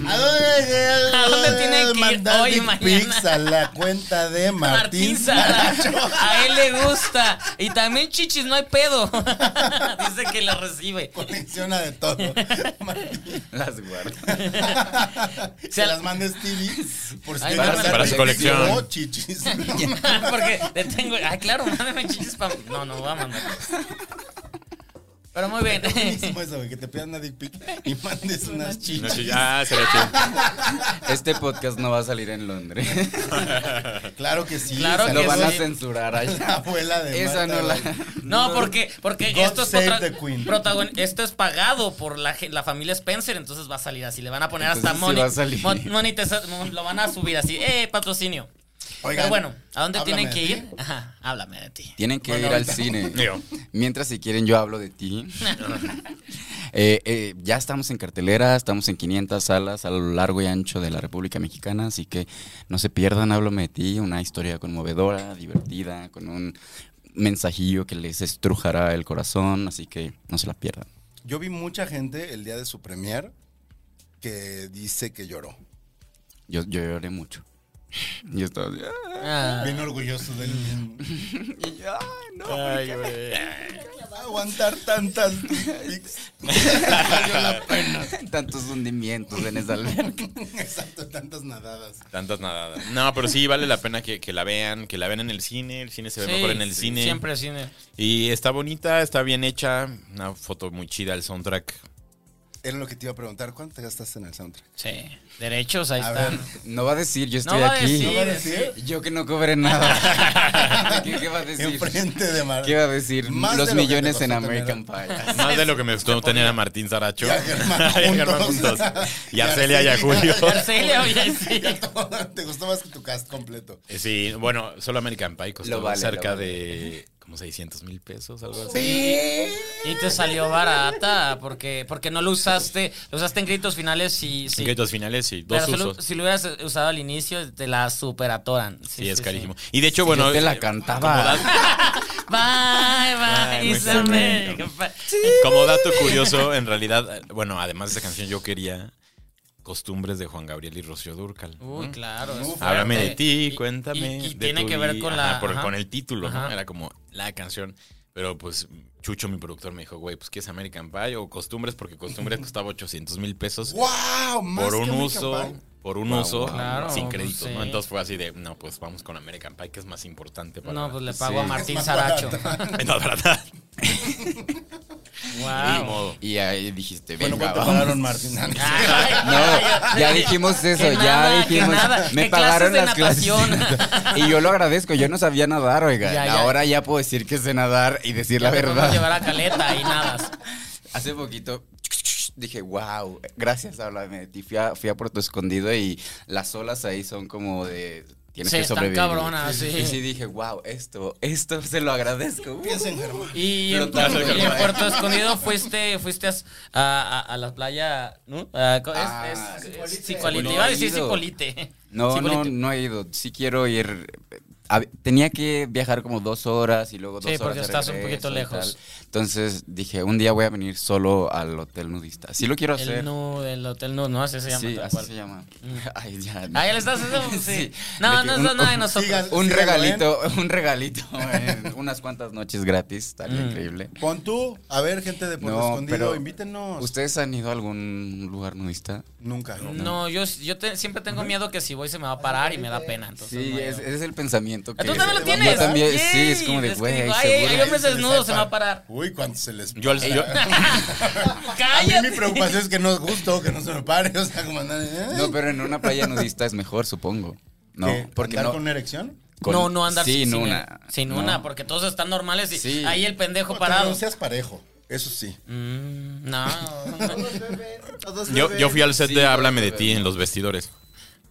D: ¿A dónde,
A: ¿A dónde tienen que ir
D: mandar
A: hoy y
D: dick
A: mañana?
D: pics a la cuenta de Martín,
A: Martín Sara. A él le gusta. Y también chichis, no hay pedo. Dice que la recibe.
D: Colecciona de todo. Martín.
F: Las guardas.
D: Se las mandes TVs por si
A: Ay,
D: quieren
A: para-
D: hacer
E: para su colección.
D: o chichis.
A: Porque le tengo. Ah, claro, mándame chichis para. No, no, va a mandar. Pero muy bien.
D: Buenísimo eso, güey, que te pidan una dick pic y mandes unas chichis.
E: No, sí, ya, se lo eché.
F: Este podcast no va a salir en Londres.
D: Claro que sí.
A: Claro
D: salió
F: Lo van a
A: sí.
F: censurar
D: La
F: allá.
D: abuela de
F: Esa
D: Marta,
F: no la.
D: güey.
A: No, porque, porque
D: God
A: esto es
D: save
A: contra-
D: the queen.
A: protagon- esto es pagado por la, gen- la familia Spencer, entonces va a salir así. Le van a poner hasta
F: Entonces sí
A: money,
F: va a salir.
A: mon- monetiza- mon- lo van a subir así. ¡Eh, patrocinio!
D: Oigan,
A: Pero bueno, ¿a dónde tienen
D: háblame
A: que
D: de
A: ir? Ajá, háblame de ti.
F: Tienen que
D: Bueno,
F: ir al
D: ahorita.
F: cine.
E: Digo.
F: Mientras, si quieren, yo hablo de ti. Eh, eh, ya estamos en cartelera, estamos en 500 salas a lo largo y ancho de la República Mexicana, así que no se pierdan, háblame de ti, una historia conmovedora, divertida, con un mensajillo que les estrujará el corazón, así que no se la pierdan.
D: Yo vi mucha gente el día de su premier que dice que lloró.
F: Yo, yo lloré mucho. Yo estaba así, "Ah",
A: Ah.
D: Bien orgulloso del
F: y yo, "Ah, no,
D: aguantar tantas pics.
F: valió la pena". Tantos hundimientos en esa alberca.
D: Exacto, tantas nadadas.
E: Tantas nadadas. No, pero sí vale la pena que, que la vean, que la vean en el cine. El cine se ve
A: Sí,
E: mejor en el
A: sí,
E: cine.
A: Siempre cine.
E: Y está bonita, está bien hecha. Una foto muy chida, el soundtrack.
D: Era lo que te iba a preguntar. ¿Cuánto te gastaste en el soundtrack?
A: Sí. Derechos, ahí
D: A
A: están.
D: ver.
F: No va a decir, yo
A: No
F: estoy
A: va a
F: aquí.
A: decir.
D: ¿No va a decir?
F: Yo que no cobré nada. ¿Qué, qué va a decir?
D: Enfrente de Mar.
F: ¿Qué va a decir?
D: Más de
F: Los
D: lo que
F: millones
D: te
F: en
D: costó tener-
F: American Pie.
E: Más de lo que me gustó tener a Martín Saracho.
D: Y a Germán
E: Y a Germán
D: juntos.
E: juntos. Y a Celia y a Julio.
A: Arcelia, oye, sí.
D: Te gustó más que tu cast completo.
E: Eh, Sí, bueno, solo American Pie costó
F: Lo vale,
E: cerca
F: lo vale.
E: de como 600 mil pesos, algo así.
A: Y te salió barata porque, porque no lo usaste. Lo usaste en gritos finales y. Sí.
E: En créditos finales, y dos
A: Pero solo-
E: usos.
A: si lo hubieras usado al inicio, te la superatoran.
E: Sí, es carísimo. Y de hecho, bueno.
F: yo te la
E: eh, como
F: cantaba.
E: da-
A: Bye, bye,
E: Ay,
A: Isabel.
E: muy
A: Goodbye.
E: Como dato curioso, en realidad, eh, bueno, además de esa canción, yo quería costumbres de Juan Gabriel y Rocío Durcal. ¿no?
A: Uy, claro. es fuerte.
E: Háblame de ti,
A: Y-
E: cuéntame.
A: Y, y
E: de
A: tiene
E: tu
A: que ver
E: vida.
A: con la.
E: Ajá, por-
A: ajá.
E: con el título, ¿no?
A: Ajá.
E: Era como la canción. Pero pues Chucho, mi productor, me dijo, güey, pues ¿qué es American Pie o costumbres? Porque costumbres costaba 800 mil pesos
D: ¡Wow! Más
E: por
D: que
E: un
D: American
E: uso.
D: Pie.
E: Por un
F: Wow,
E: uso
F: wow.
A: Claro,
E: sin
A: pues,
E: créditos, ¿no?
A: sí.
E: Entonces fue así de, no, pues vamos con American Pie, que es más importante para.
A: No, pues le pago a
F: Sí.
A: Martín
D: más
A: Saracho.
E: No, ¿verdad? Ni
A: wow.
E: modo.
F: Y ahí dijiste, venga,
D: Bueno, ¿cuánto
F: vamos.
D: pagaron, Martín?
F: No, ya dijimos eso,
A: Que
F: ya
A: nada, que
F: dijimos.
A: nada,
F: Me
A: que
F: pagaron las
A: clases de
F: clases.
A: natación.
F: y yo lo agradezco, yo no sabía nadar, oiga.
A: Ya, ya.
F: Ahora ya puedo decir que sé nadar y decir la
A: Te podemos llevar
F: verdad.
A: a caleta y nada.
F: Hace poquito dije, wow, gracias, háblame de ti. Fui a, fui a Puerto Escondido y las olas ahí son como de. Tienes
A: Sí,
F: que
A: están
F: sobrevivir.
A: cabronas, sí.
F: Y sí dije, wow, esto, esto se lo agradezco.
D: Piensa en Germán.
A: Y
F: Pero
A: en,
F: tú no
A: Puerto-
F: sabes.
A: y en Puerto Escondido fuiste, fuiste a, a, a- a la playa, ¿no? Ah, co- es-
F: Ah,
A: es- es
F: Cipolite.
A: Cipolite.
F: No
A: Iba a
F: he
A: decir
F: ido.
A: Cipolite.
F: No, no,
A: Cipolite.
F: no he ido. Sí quiero ir. A- Tenía que viajar como dos horas y luego dos
A: Sí,
F: horas.
A: porque
F: de
A: estás un
F: regreso
A: poquito
F: y
A: lejos.
F: tal. Entonces dije, un día voy a venir solo al hotel nudista. Sí lo quiero hacer.
A: El nu, el hotel nu, no, así se llama.
F: sí,
A: tal
F: así
A: cual.
F: se llama. Ay, ya.
A: Ah, ya le estás haciendo. Sí.
F: Sí.
A: No, no
F: De que
A: es
F: un-
A: nada de
F: un-
A: nosotros.
D: Sigan-
F: Un
D: síganlo,
F: regalito, un regalito, eh, unas cuantas noches gratis, estaría
A: Mm.
F: increíble.
D: ¿eh? Pon tú. A ver, gente de Puerto
F: No,
D: Escondido,
F: pero-
D: invítenos.
F: ¿Ustedes han ido a algún lugar nudista?
D: Nunca.
A: No, yo, yo te- siempre tengo miedo que si voy se me va a parar y me da pena. Entonces
F: Sí,
A: no he
F: es,
A: ido. Ah,
F: es el pensamiento que...
A: ¿Tú también lo
D: yo
A: tienes?
F: Yo también,
A: Yay.
F: sí, es como de,
A: que
F: güey,
A: digo, ay, ay,
F: seguro-
A: hay hombres
D: Se les
A: desnudos, se me va a parar.
D: Uy, cuánto se les.
E: Yo, al- yo-
D: A mí
A: ¡Cállate!
D: mi preocupación es que no es gusto, que no se me pare. O sea, como andar. ¿eh?
F: No, pero en una playa nudista es mejor, supongo. No,
D: ¿Qué?
F: porque
D: ¿Andar
F: no,
D: con una erección?
F: con-
A: no, no andar
F: sin,
A: sin
F: una.
A: Sin
F: No.
A: una, porque todos están normales y
F: Sí.
A: ahí el pendejo
D: No,
A: parado.
D: No seas parejo. Eso sí.
A: Mm, no.
G: Todos beben, todos
E: yo,
G: beben.
E: yo fui al set
F: Sí,
E: de
F: yo
E: Háblame de
F: creo.
E: ti en los vestidores.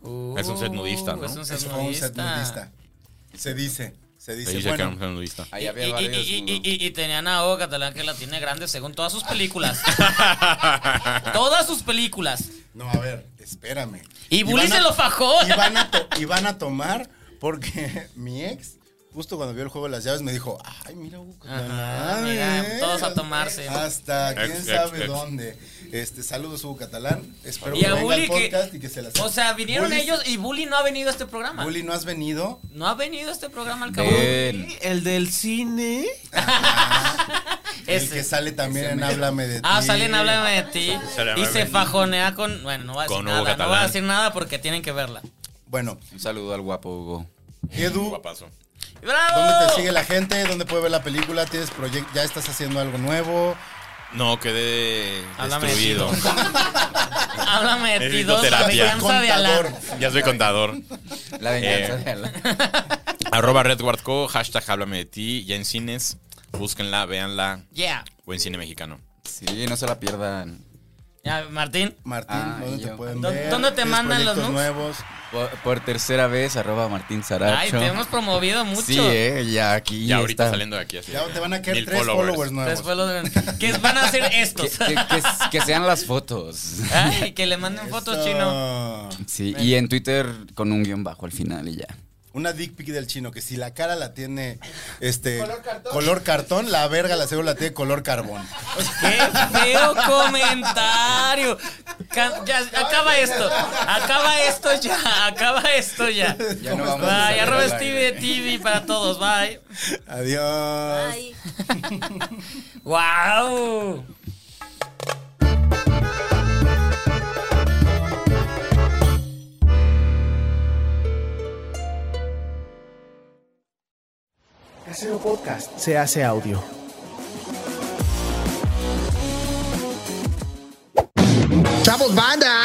A: Uh,
E: Es un set nudista, ¿no?
A: Es un set
D: Eso fue un set
A: nudista.
D: nudista. Se dice. Se dice.
E: Ahí ya
D: bueno,
E: quedamos en nudista.
F: Ahí
A: Y,
F: había
A: y-
F: varios,
A: y-
F: ¿no?
A: y- y- y tenían a Oga Catalán que la tiene grande según todas sus películas. todas sus películas.
D: No, a ver, espérame.
A: Y Bully
D: van a-
A: se lo fajó.
D: Y van, a to- y van a tomar porque mi ex, justo cuando vio el juego de las llaves, me dijo, ay, mira, Hugo,
A: Ajá, mira, todos a tomarse.
D: Hasta quién
E: Ex, ex,
D: sabe
E: ex.
D: dónde. Este, saludos, Hugo Catalán. Espero
A: Y
D: que
A: a
D: venga al
A: Bully que-
D: podcast y que se las...
A: O sea, vinieron
D: Bully-
A: ellos y Bully no ha venido a este programa.
D: Bully, ¿no has venido?
A: No ha venido a este programa al cabo.
F: Ven.
G: El del cine.
D: El
A: Ese.
D: que sale también en Háblame de ti.
A: Ah, salen, háblame de ti.
E: Háblame
A: Y
E: de
A: se
E: ti.
A: fajonea con. Bueno, no va a decir
E: Con Hugo
A: nada. No va a
E: Catalán.
A: decir nada porque tienen que verla.
D: Bueno,
F: Un saludo al guapo Hugo.
D: Edu,
E: Guapazo.
A: ¡Bravo!
D: ¿dónde te sigue la gente? ¿Dónde puede ver la película? ¿Tienes proyecto? ¿Ya estás haciendo algo nuevo?
E: No, quedé
A: Háblame de ti,
E: destruido.
A: don. Háblame de ti
E: Necesito
A: dos.
E: terapia.
A: Venganza de Alá.
E: Ya soy contador.
F: La venganza
E: Eh.
F: de Alan.
E: Arroba Redward Co, hashtag háblame de ti. Ya en cines, búsquenla, véanla.
A: Yeah.
E: O en cine mexicano.
F: Sí, no se la pierdan.
A: Ya, Martín.
D: Martín,
F: Ah,
D: ¿dónde te
F: yo.
D: pueden
A: ¿Dó-
D: ver?
A: dónde te
D: ¿Tienes
A: mandan los
D: proyectos
A: nudes?
D: nuevos?
F: Por, por tercera vez, arroba Martín Saracho.
A: Ay, te hemos promovido mucho.
F: Sí, eh, ya aquí
E: Ya ahorita
F: está.
E: saliendo de aquí así.
D: Ya te van a quedar
E: Mil
D: tres followers, nuevos.
A: Después los ven. ¿Qué van a hacer
F: Que,
A: estos?
F: que- que- que sean las fotos.
A: Ay, que le manden fotos chino.
D: chino.
F: Sí, y en Twitter con un guión bajo al final y ya.
D: Una dick pic del chino que si la cara la tiene este
G: Color cartón.
D: color cartón, la verga la seguro la tiene color carbón.
A: ¡Qué feo comentario! Ca- ya, acaba esto. Acaba esto ya. Acaba esto ya.
F: Ya no
D: ¿Cómo
F: vamos a
A: Bye,
F: salir
A: arroba
F: al
A: Steve
F: aire.
A: TV para todos. Bye.
D: Adiós.
C: Ay.
A: ¡Wow!
G: Casero Podcast se hace audio.
H: banda!